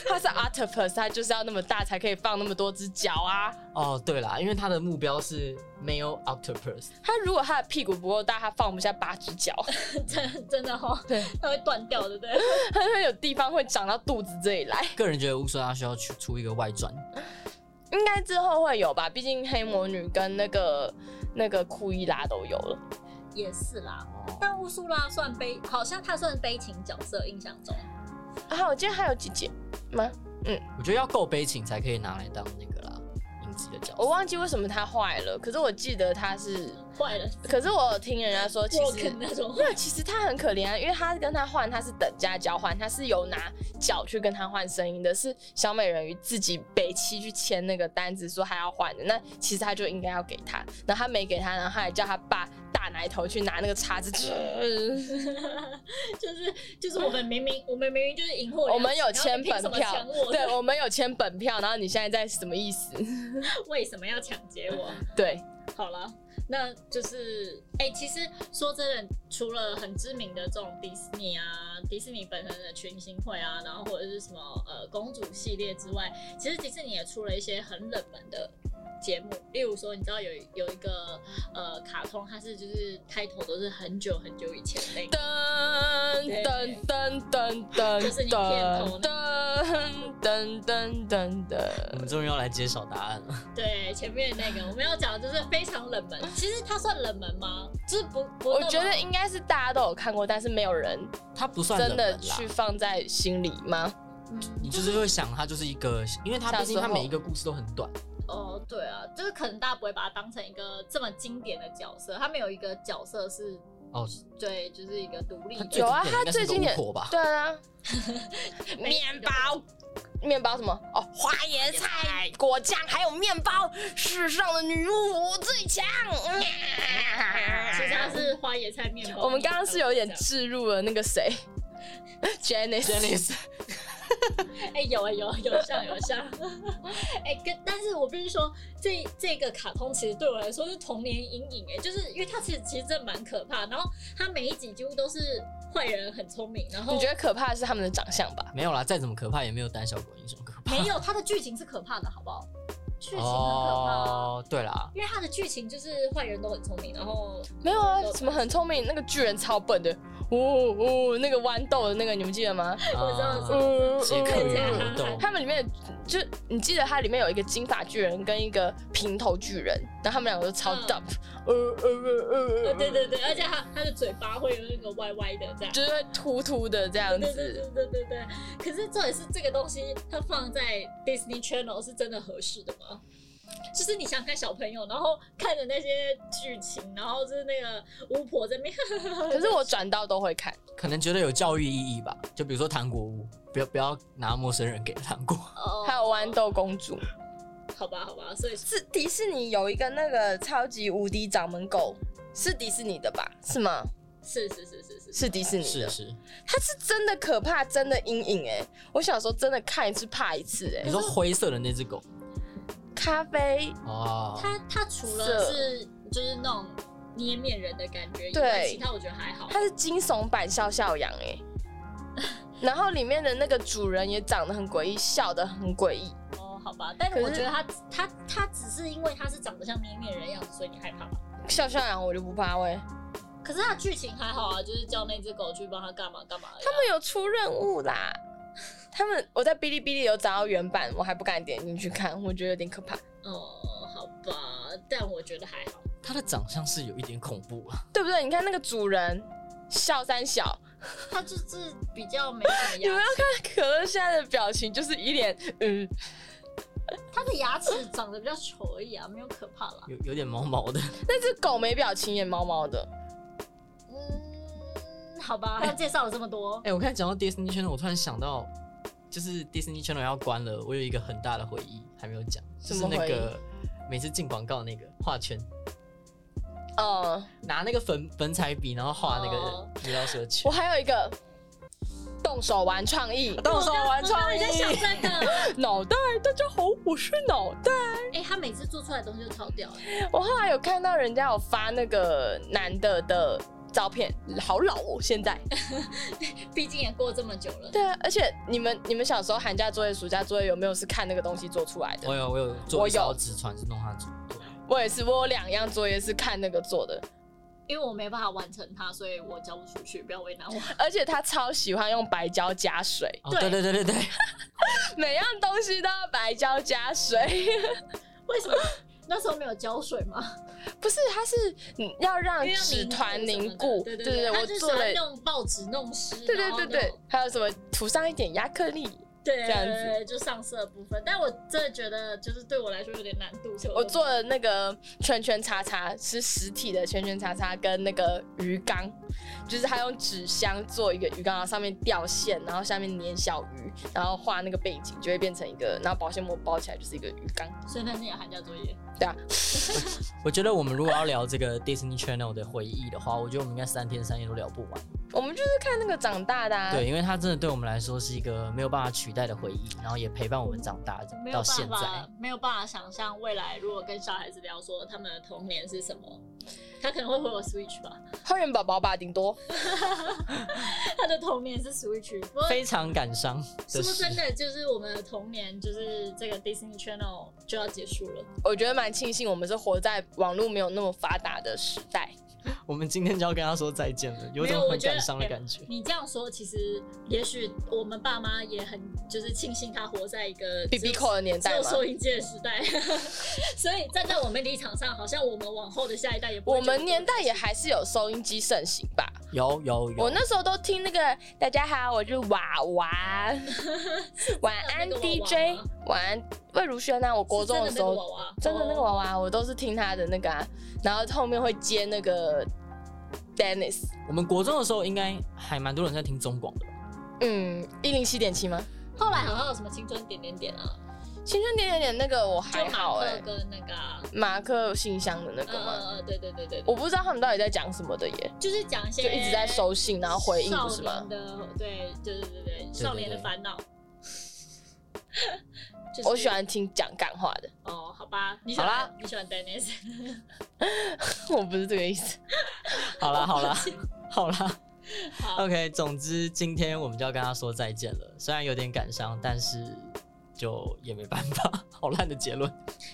[SPEAKER 3] 他是 octopus，他就是要那么大才可以放那么多只脚啊。
[SPEAKER 1] 哦，对啦，因为他的目标是 male octopus，
[SPEAKER 3] 他如果他的屁股不够大，他放不下八只脚，
[SPEAKER 2] 真真的哈，
[SPEAKER 3] 对，
[SPEAKER 2] 它会断掉，对不 对？
[SPEAKER 3] 他会有地方会长到肚子这里来。
[SPEAKER 1] 个人觉得乌苏拉需要去出一个外传。
[SPEAKER 3] 应该之后会有吧，毕竟黑魔女跟那个那个库伊拉都有了。
[SPEAKER 2] 也是啦，
[SPEAKER 1] 哦，
[SPEAKER 2] 但乌苏拉算悲，好像他算悲情角色，印象中。
[SPEAKER 3] 啊，我记得还有姐姐吗？
[SPEAKER 1] 我觉得要够悲情才可以拿来当那个啦，影集的角
[SPEAKER 3] 我
[SPEAKER 1] 色。
[SPEAKER 3] 忘记为什么她坏了，可是我记得她是，
[SPEAKER 2] 坏了，
[SPEAKER 3] 可是我有听人家说，其
[SPEAKER 2] 我
[SPEAKER 3] 实
[SPEAKER 2] 肯那种
[SPEAKER 3] 没有，其实他很可怜啊，因为他跟他换，他是等价交换，他是有拿脚去跟他换声音的，是小美人鱼自己北七去签那个单子说他要换的，那其实他就应该要给他，然后他没给他，然后他还叫他爸大奶头去拿那个叉 子，
[SPEAKER 2] 就是就是我们明明我们明明就是赢货了，
[SPEAKER 3] 我们有
[SPEAKER 2] 然后
[SPEAKER 3] 签
[SPEAKER 2] 你凭什
[SPEAKER 3] 本
[SPEAKER 2] 么
[SPEAKER 3] 票
[SPEAKER 2] 抢我，
[SPEAKER 3] 对，我们有签本票，然后你现在在什么意思？
[SPEAKER 2] 为什么要抢劫我？
[SPEAKER 3] 对，
[SPEAKER 2] 好了，那就是哎、其实说真的，除了很知名的这种迪士尼啊，迪士尼本身的群星会啊，然后或者是什么呃公主系列之外，其实迪士尼也出了一些很冷门的。节目，例如说，你知道有有一个呃卡通，它是就是开头都是很久很久以前的那个，
[SPEAKER 3] 噔噔噔噔噔
[SPEAKER 2] 就是
[SPEAKER 3] 噔
[SPEAKER 2] 你片头
[SPEAKER 3] 噔噔噔噔
[SPEAKER 1] 我们
[SPEAKER 3] 噔，
[SPEAKER 1] 终于要来揭晓答案了。
[SPEAKER 2] 对，前面那个我们要讲的就是非常冷门。其实它算冷门吗？就是不不那
[SPEAKER 3] 我
[SPEAKER 2] 么，
[SPEAKER 3] 觉得应该是大家都有看过，但是没有人
[SPEAKER 1] 它不算
[SPEAKER 3] 真
[SPEAKER 1] 冷门
[SPEAKER 3] 的
[SPEAKER 1] 啦
[SPEAKER 3] 去放在心里吗？
[SPEAKER 2] 嗯
[SPEAKER 1] 你就是会想它就是一个，因为它毕竟
[SPEAKER 3] 小时候
[SPEAKER 1] 它每一个故事都很短，
[SPEAKER 2] 哦，对啊，就是可能大家不会把它当成一个这么经典的角色，他没有一个角色是
[SPEAKER 1] 哦，
[SPEAKER 2] 对，就是一个独立
[SPEAKER 1] 他
[SPEAKER 2] 的
[SPEAKER 1] 最
[SPEAKER 3] 有啊
[SPEAKER 1] 经典的应该是
[SPEAKER 3] 他最经典
[SPEAKER 1] 个巫婆吧？
[SPEAKER 3] 对啊，
[SPEAKER 2] 没
[SPEAKER 3] 面包，面包什么？哦，花椰菜、果酱还有面包，世上的女巫我最强。
[SPEAKER 2] 其实它是花椰菜面包。
[SPEAKER 3] 我们刚刚是有点置入了那个谁
[SPEAKER 1] Janice
[SPEAKER 2] 哎、有啊有啊有像有像， 哎、跟但是我必须说，这这个卡通其实对我来说是童年阴影哎、就是因为它其实其实真的蛮可怕，然后它每一集几乎都是坏人很聪明，然后
[SPEAKER 3] 你觉得可怕的是他们的长相吧？
[SPEAKER 1] 没有啦，再怎么可怕也没有胆小鬼英雄可怕。
[SPEAKER 2] 没有它的剧情是可怕的，好不好？剧情很可怕啊、
[SPEAKER 1] 哦，对啦，
[SPEAKER 2] 因为它的剧情就是坏人都很聪明，然后
[SPEAKER 3] 没有啊，什么很聪明，那个巨人超笨的，呜、呜、那个豌豆的那个，你们记得吗？
[SPEAKER 2] 我知道我知
[SPEAKER 3] 呜、
[SPEAKER 1] 啊
[SPEAKER 2] 道
[SPEAKER 3] 呜
[SPEAKER 1] 杰克与
[SPEAKER 2] 人
[SPEAKER 1] 罗豆，
[SPEAKER 3] 他们里面就你记得它里面有一个金发巨人跟一个平头巨人，然后他们两个都超
[SPEAKER 2] 嗯
[SPEAKER 3] dump，呃呃呃呃
[SPEAKER 2] 呃
[SPEAKER 3] 呃，
[SPEAKER 2] 对对对，而且它它的嘴巴会有那个歪歪的这样。
[SPEAKER 3] 就是会突突的这样
[SPEAKER 2] 对对
[SPEAKER 3] 子。
[SPEAKER 2] 对对对对，可是重点是这个东西，它放在 Disney Channel 是真的合适的吗？就是你想看小朋友，然后看着那些剧情，然后就是那个巫婆这边，
[SPEAKER 3] 可是我转到都会看，
[SPEAKER 1] 可能觉得有教育意义吧。就比如说糖果屋，不要不要拿陌生人给糖果。
[SPEAKER 2] 哦
[SPEAKER 3] 还有豌豆公主。
[SPEAKER 2] 好吧好吧，所以
[SPEAKER 3] 是迪士尼有一个那个超级无敌掌门狗，是迪士尼的吧？是吗？
[SPEAKER 2] 是是是是是
[SPEAKER 3] 是迪士尼
[SPEAKER 1] 是
[SPEAKER 3] 的，
[SPEAKER 1] 是，
[SPEAKER 3] 它是真的可怕，真的阴影哎、我小时候真的看一次怕一次哎、
[SPEAKER 1] 你说灰色的那只狗
[SPEAKER 3] 咖啡
[SPEAKER 1] 哦，
[SPEAKER 2] 它它除了是就是那种捏面人的感觉以外，
[SPEAKER 3] 对
[SPEAKER 2] 其他我觉得还好。
[SPEAKER 3] 它是惊悚版笑笑羊哎、然后里面的那个主人也长得很诡异，笑得很诡异。
[SPEAKER 2] 哦，好吧，但是
[SPEAKER 3] 可
[SPEAKER 2] 我
[SPEAKER 3] 是
[SPEAKER 2] 觉得它它它只是因为它是长得像捏面人的样子，所以你害怕吧？
[SPEAKER 3] 笑笑羊我就不怕喂，
[SPEAKER 2] 可是它的剧情还好啊，就是叫那只狗去帮它干嘛干嘛而已啊。
[SPEAKER 3] 他们有出任务啦。他们我在哔哩哔哩有找到原版，我还不敢点进去看，我觉得有点可怕，
[SPEAKER 2] 哦，好吧，但我觉得还好。
[SPEAKER 1] 它的长相是有一点恐怖啊。
[SPEAKER 3] 对不对？你看那个主人笑三小，
[SPEAKER 2] 他就是比较没什么
[SPEAKER 3] 你们
[SPEAKER 2] 牙
[SPEAKER 3] 要
[SPEAKER 2] 齿，
[SPEAKER 3] 看可乐现在的表情，就是一脸嗯，
[SPEAKER 2] 他的牙齿长得比较丑而已啊，没有可怕啦。
[SPEAKER 1] 有有点毛毛的，
[SPEAKER 3] 那只狗没表情，也毛毛的。
[SPEAKER 2] 嗯，好吧，他介绍了这么多
[SPEAKER 1] 哎、，我刚才讲到 Disney Channel，我突然想到，就是 Disney Channel 要关了，我有一个很大的回忆还没有讲，就
[SPEAKER 3] 什
[SPEAKER 1] 是
[SPEAKER 3] 么
[SPEAKER 1] 那
[SPEAKER 3] 回忆
[SPEAKER 1] 个每次进广告那个画圈，
[SPEAKER 3] 嗯，
[SPEAKER 1] 拿那个粉粉彩笔，然后画那
[SPEAKER 2] 哦
[SPEAKER 1] 个米老鼠的
[SPEAKER 3] 我
[SPEAKER 1] 圈。
[SPEAKER 3] 还有一个动手玩创意，
[SPEAKER 1] 啊动手玩
[SPEAKER 2] 我刚才在想这个，
[SPEAKER 3] 脑袋，大家好，我是脑袋。
[SPEAKER 2] 哎，他每次做出来的东西都超屌，
[SPEAKER 3] 我后来有看到人家有发那个男的的照片，好老哦，现在。
[SPEAKER 2] 毕竟也过这么久了。
[SPEAKER 3] 对啊，而且你们你们小时候寒假作业、暑假作业有没有是看那个东西做出来的？
[SPEAKER 1] 我有我有做
[SPEAKER 3] 我
[SPEAKER 1] 一艘
[SPEAKER 3] 有
[SPEAKER 1] 纸船是弄它做做的，
[SPEAKER 3] 我也是，我有两样作业是看那个做的，
[SPEAKER 2] 因为我没办法完成它，所以我交不出去，不要为难我。
[SPEAKER 3] 而且他超喜欢用白胶加水，
[SPEAKER 1] 哦，
[SPEAKER 2] 对
[SPEAKER 1] 对对对对对，
[SPEAKER 3] 每样东西都要白胶加水。
[SPEAKER 2] 为什么？ 那时候没有胶水吗？
[SPEAKER 3] 不是，它是嗯要让
[SPEAKER 2] 因为要
[SPEAKER 3] 纸
[SPEAKER 2] 凝固
[SPEAKER 3] 团
[SPEAKER 2] 什么
[SPEAKER 3] 凝
[SPEAKER 2] 的
[SPEAKER 3] 固。
[SPEAKER 2] 对
[SPEAKER 3] 对
[SPEAKER 2] 对，他
[SPEAKER 3] 我
[SPEAKER 2] 就是
[SPEAKER 3] 做
[SPEAKER 2] 喜
[SPEAKER 3] 了
[SPEAKER 2] 欢，用报纸弄湿，
[SPEAKER 3] 对对
[SPEAKER 2] 然后
[SPEAKER 3] 对
[SPEAKER 2] 弄
[SPEAKER 3] 对，还有什么涂上一点亚克力，
[SPEAKER 2] 对，
[SPEAKER 3] 这样子
[SPEAKER 2] 对对就上色的部分。但我真的觉得，就是对我来说有点难度，所以
[SPEAKER 3] 我
[SPEAKER 2] 都
[SPEAKER 3] 做了那个圈圈叉叉，是实体的圈圈叉叉跟那个鱼缸，就是他用纸箱做一个鱼缸，然后上面吊线，然后下面粘小鱼，然后画那个背景就会变成一个，然后保鲜膜包起来就是一个鱼缸，
[SPEAKER 2] 所以那是你的寒假作业。
[SPEAKER 3] 对啊，
[SPEAKER 1] 我觉得我们如果要聊这个 Disney Channel 的回忆的话，我觉得我们应该三天三夜都聊不完。
[SPEAKER 3] 我们就是看那个长大的、啊，
[SPEAKER 1] 对，因为它真的对我们来说是一个没有办法取代的回忆，然后也陪伴我们长大
[SPEAKER 2] 没有
[SPEAKER 1] 到
[SPEAKER 2] 办
[SPEAKER 1] 现
[SPEAKER 2] 法
[SPEAKER 1] 在。，
[SPEAKER 2] 没有办法想象未来如果跟小孩子聊说他们的童年是什么，他可能会回我 Switch 吧，
[SPEAKER 3] 花园宝宝吧，顶多
[SPEAKER 2] 他的童年是 Switch。不过
[SPEAKER 1] 非常感伤
[SPEAKER 2] 说
[SPEAKER 1] 的
[SPEAKER 2] 真
[SPEAKER 1] 是，
[SPEAKER 2] 的，就是我们的童年，就是这个 Disney Channel 就要结束了。
[SPEAKER 3] 我觉得蛮庆幸我们是活在网络没有那么发达的时代。
[SPEAKER 1] 我们今天就要跟他说再见了，有
[SPEAKER 2] 没
[SPEAKER 1] 种
[SPEAKER 2] 有我
[SPEAKER 1] 很
[SPEAKER 2] 觉得
[SPEAKER 1] 感伤的
[SPEAKER 2] 哎
[SPEAKER 1] 感觉。
[SPEAKER 2] 你这样说，其实也许我们爸妈也很就是庆幸他活在一个
[SPEAKER 3] B B
[SPEAKER 2] 只有
[SPEAKER 3] 扣的年
[SPEAKER 2] 只
[SPEAKER 3] 代
[SPEAKER 2] 有
[SPEAKER 3] 吗？
[SPEAKER 2] 收音机的时代， 所以站在我们立场上，好像我们往后的下一代也不会
[SPEAKER 3] 我们
[SPEAKER 2] 觉得
[SPEAKER 3] 年代也还是有收音机盛行吧？
[SPEAKER 1] 有有有，
[SPEAKER 3] 我那时候都听那个大家好，我是娃 娃，晚安
[SPEAKER 2] 那个娃娃
[SPEAKER 3] DJ，
[SPEAKER 2] 吗
[SPEAKER 3] 晚安魏如萱啊。我国中的时候，
[SPEAKER 2] 真
[SPEAKER 3] 真的
[SPEAKER 2] 的
[SPEAKER 3] 那
[SPEAKER 2] 那
[SPEAKER 3] 个
[SPEAKER 2] 个娃娃，
[SPEAKER 3] 娃娃，我都是听她的那个、啊，然后后面会接那个 Dennis，
[SPEAKER 1] 我们国中的时候应该还蛮多人在听中广的吧，
[SPEAKER 3] 嗯，一零七点七吗？
[SPEAKER 2] 哦后来好像有什么青春点点点啊，
[SPEAKER 3] 青春点点点那个我
[SPEAKER 2] 就
[SPEAKER 3] 还
[SPEAKER 2] 马
[SPEAKER 3] 好哎、
[SPEAKER 2] 克跟那个啊，
[SPEAKER 3] 马克信箱的那
[SPEAKER 2] 嗯
[SPEAKER 3] 个吗？
[SPEAKER 2] 嗯嗯，对对对对，对
[SPEAKER 3] 我不知道他们到底在讲什么的耶，
[SPEAKER 2] 就是讲一些
[SPEAKER 3] 就一直在收信然后回应
[SPEAKER 2] 少
[SPEAKER 3] 不是吗
[SPEAKER 2] 年？的，对对对对对，少年的烦恼。 就是
[SPEAKER 3] 我喜欢听讲干话的，
[SPEAKER 2] 哦，好吧，你喜
[SPEAKER 1] 好啦
[SPEAKER 2] 欢你喜欢 Dennis，
[SPEAKER 3] 我不是这个意思。
[SPEAKER 1] 好啦好啦好啦
[SPEAKER 2] 好
[SPEAKER 1] ，OK，总之今天我们就要跟他说再见了，虽然有点感伤，但是就也没办法， 好烂的结论。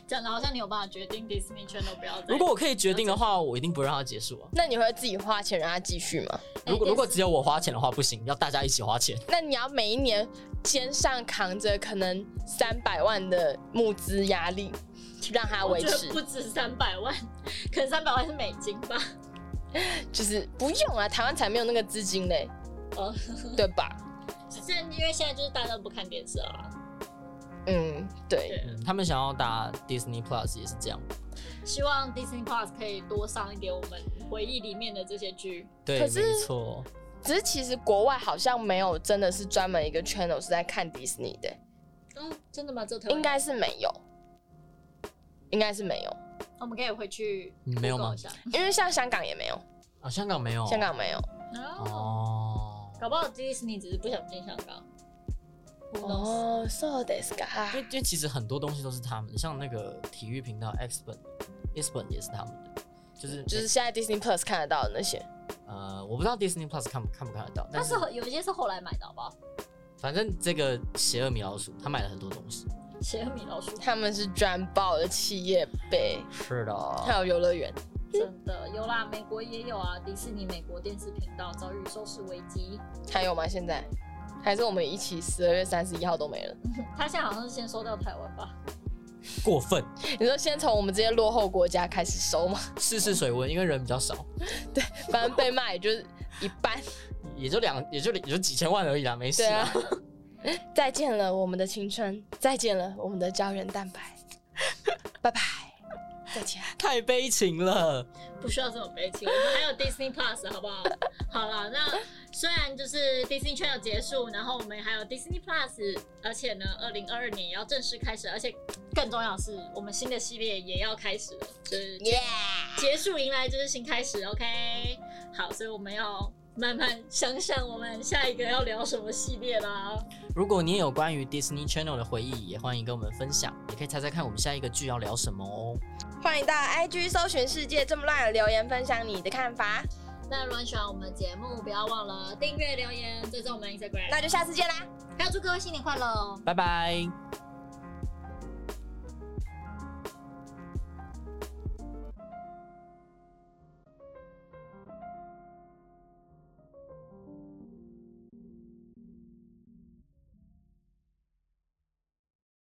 [SPEAKER 2] 讲的好像你有办法决定 Disney Channel 不要再。
[SPEAKER 1] 如果我可以决定的话，我一定不让它结束啊。
[SPEAKER 3] 那你会自己花钱让他继续吗？
[SPEAKER 2] 哎
[SPEAKER 1] 如果
[SPEAKER 2] 但
[SPEAKER 1] 如果
[SPEAKER 2] 是
[SPEAKER 1] 只有我花钱的话，不行，要大家一起花钱。
[SPEAKER 3] 那你要每一年肩上扛着可能三百万的募资压力，让他
[SPEAKER 2] 我
[SPEAKER 3] 维
[SPEAKER 2] 觉
[SPEAKER 3] 持
[SPEAKER 2] 得，不止三百万， 可能三百万是美金吧。
[SPEAKER 3] 就是不用啊，台湾才没有那个资金嘞，
[SPEAKER 2] 哦，
[SPEAKER 3] 对吧？
[SPEAKER 2] 现在因为现在就是大家都不看电视了啦，
[SPEAKER 3] 嗯，对，
[SPEAKER 2] 对，
[SPEAKER 1] 嗯他们想要打 Disney Plus 也是这样，
[SPEAKER 2] 希望 Disney Plus 可以多上一点我们回忆里面的这些剧。
[SPEAKER 1] 对，
[SPEAKER 3] 可是
[SPEAKER 1] 没错。
[SPEAKER 3] 只是其实国外好像没有真的是专门一个 channel 是在看迪士尼的，
[SPEAKER 2] 嗯，真的吗？这台湾
[SPEAKER 3] 应该是没有，应该是没有，
[SPEAKER 2] 哦我们可以回去
[SPEAKER 1] 嗯没有吗
[SPEAKER 2] Google 一下？
[SPEAKER 3] 因为像香港也 没有，
[SPEAKER 1] 啊，香港没有，
[SPEAKER 3] 香港没有。
[SPEAKER 2] 哦，
[SPEAKER 1] 哦，
[SPEAKER 2] 搞不好 Disney 只是不想进香港。Who knows？
[SPEAKER 3] 哦，so this guy
[SPEAKER 1] 因为因为其实很多东西都是他们，像那个体育频道 X 本，X 本也是他们的，就是
[SPEAKER 3] 就是现在 Disney Plus 看得到的那些，
[SPEAKER 1] 呃，我不知道 Disney Plus 看不看不看得到，但
[SPEAKER 2] 但
[SPEAKER 1] 是
[SPEAKER 2] 是有一些是后来买的，好不好？
[SPEAKER 1] 反正这个邪恶米老鼠他买了很多东西，
[SPEAKER 2] 邪恶米老鼠，
[SPEAKER 3] 他们是专爆的企业杯，
[SPEAKER 1] 是
[SPEAKER 3] 还
[SPEAKER 2] 哦
[SPEAKER 1] 的，
[SPEAKER 3] 有游乐园。
[SPEAKER 2] 真的有啦，美国也有啊，迪士尼美国电视频道遭遇收视危机，
[SPEAKER 3] 还有吗？现在还是我们一起十二月三十一号都没了？
[SPEAKER 2] 他现在好像是先收到台湾吧？
[SPEAKER 1] 过分，
[SPEAKER 3] 你说先从我们这些落后国家开始收吗？
[SPEAKER 1] 试试水温，因为人比较少，
[SPEAKER 3] 反正被骂也就是一 半。
[SPEAKER 1] 也就两也就也就几千万而已啦，没事
[SPEAKER 3] 对啊
[SPEAKER 1] 啦。，
[SPEAKER 3] 再见了我们的青春，再见了我们的胶原蛋白，拜拜，再见。
[SPEAKER 1] 太悲情了。
[SPEAKER 2] 不需要这么悲情，我们还 有 Disney Plus，好不好？好了，那虽然就是 Disney Channel 结束，然后我们还有 Disney Plus，而且呢，二零二二年也要正式开始，而且更重要的是，我们新的系列也要开始了，就是
[SPEAKER 3] 耶、
[SPEAKER 2] 结束迎来就是新开始，OK？好，所以我们要慢慢想想我们下一个要聊什么系列啦。
[SPEAKER 1] 如果你也有关于 Disney Channel 的回忆，也欢迎跟我们分享，也可以猜猜看我们下一个剧要聊什么哦。
[SPEAKER 3] 欢迎到 IG 搜寻世界这么乱，留言分享你的看法。
[SPEAKER 2] 那如果你喜欢我们的节目，不要忘了订阅、留言、追踪我们的 Instagram。
[SPEAKER 3] 那就下次见啦，
[SPEAKER 2] 还要祝各位新年快乐哦！
[SPEAKER 1] 拜拜。
[SPEAKER 3] 拜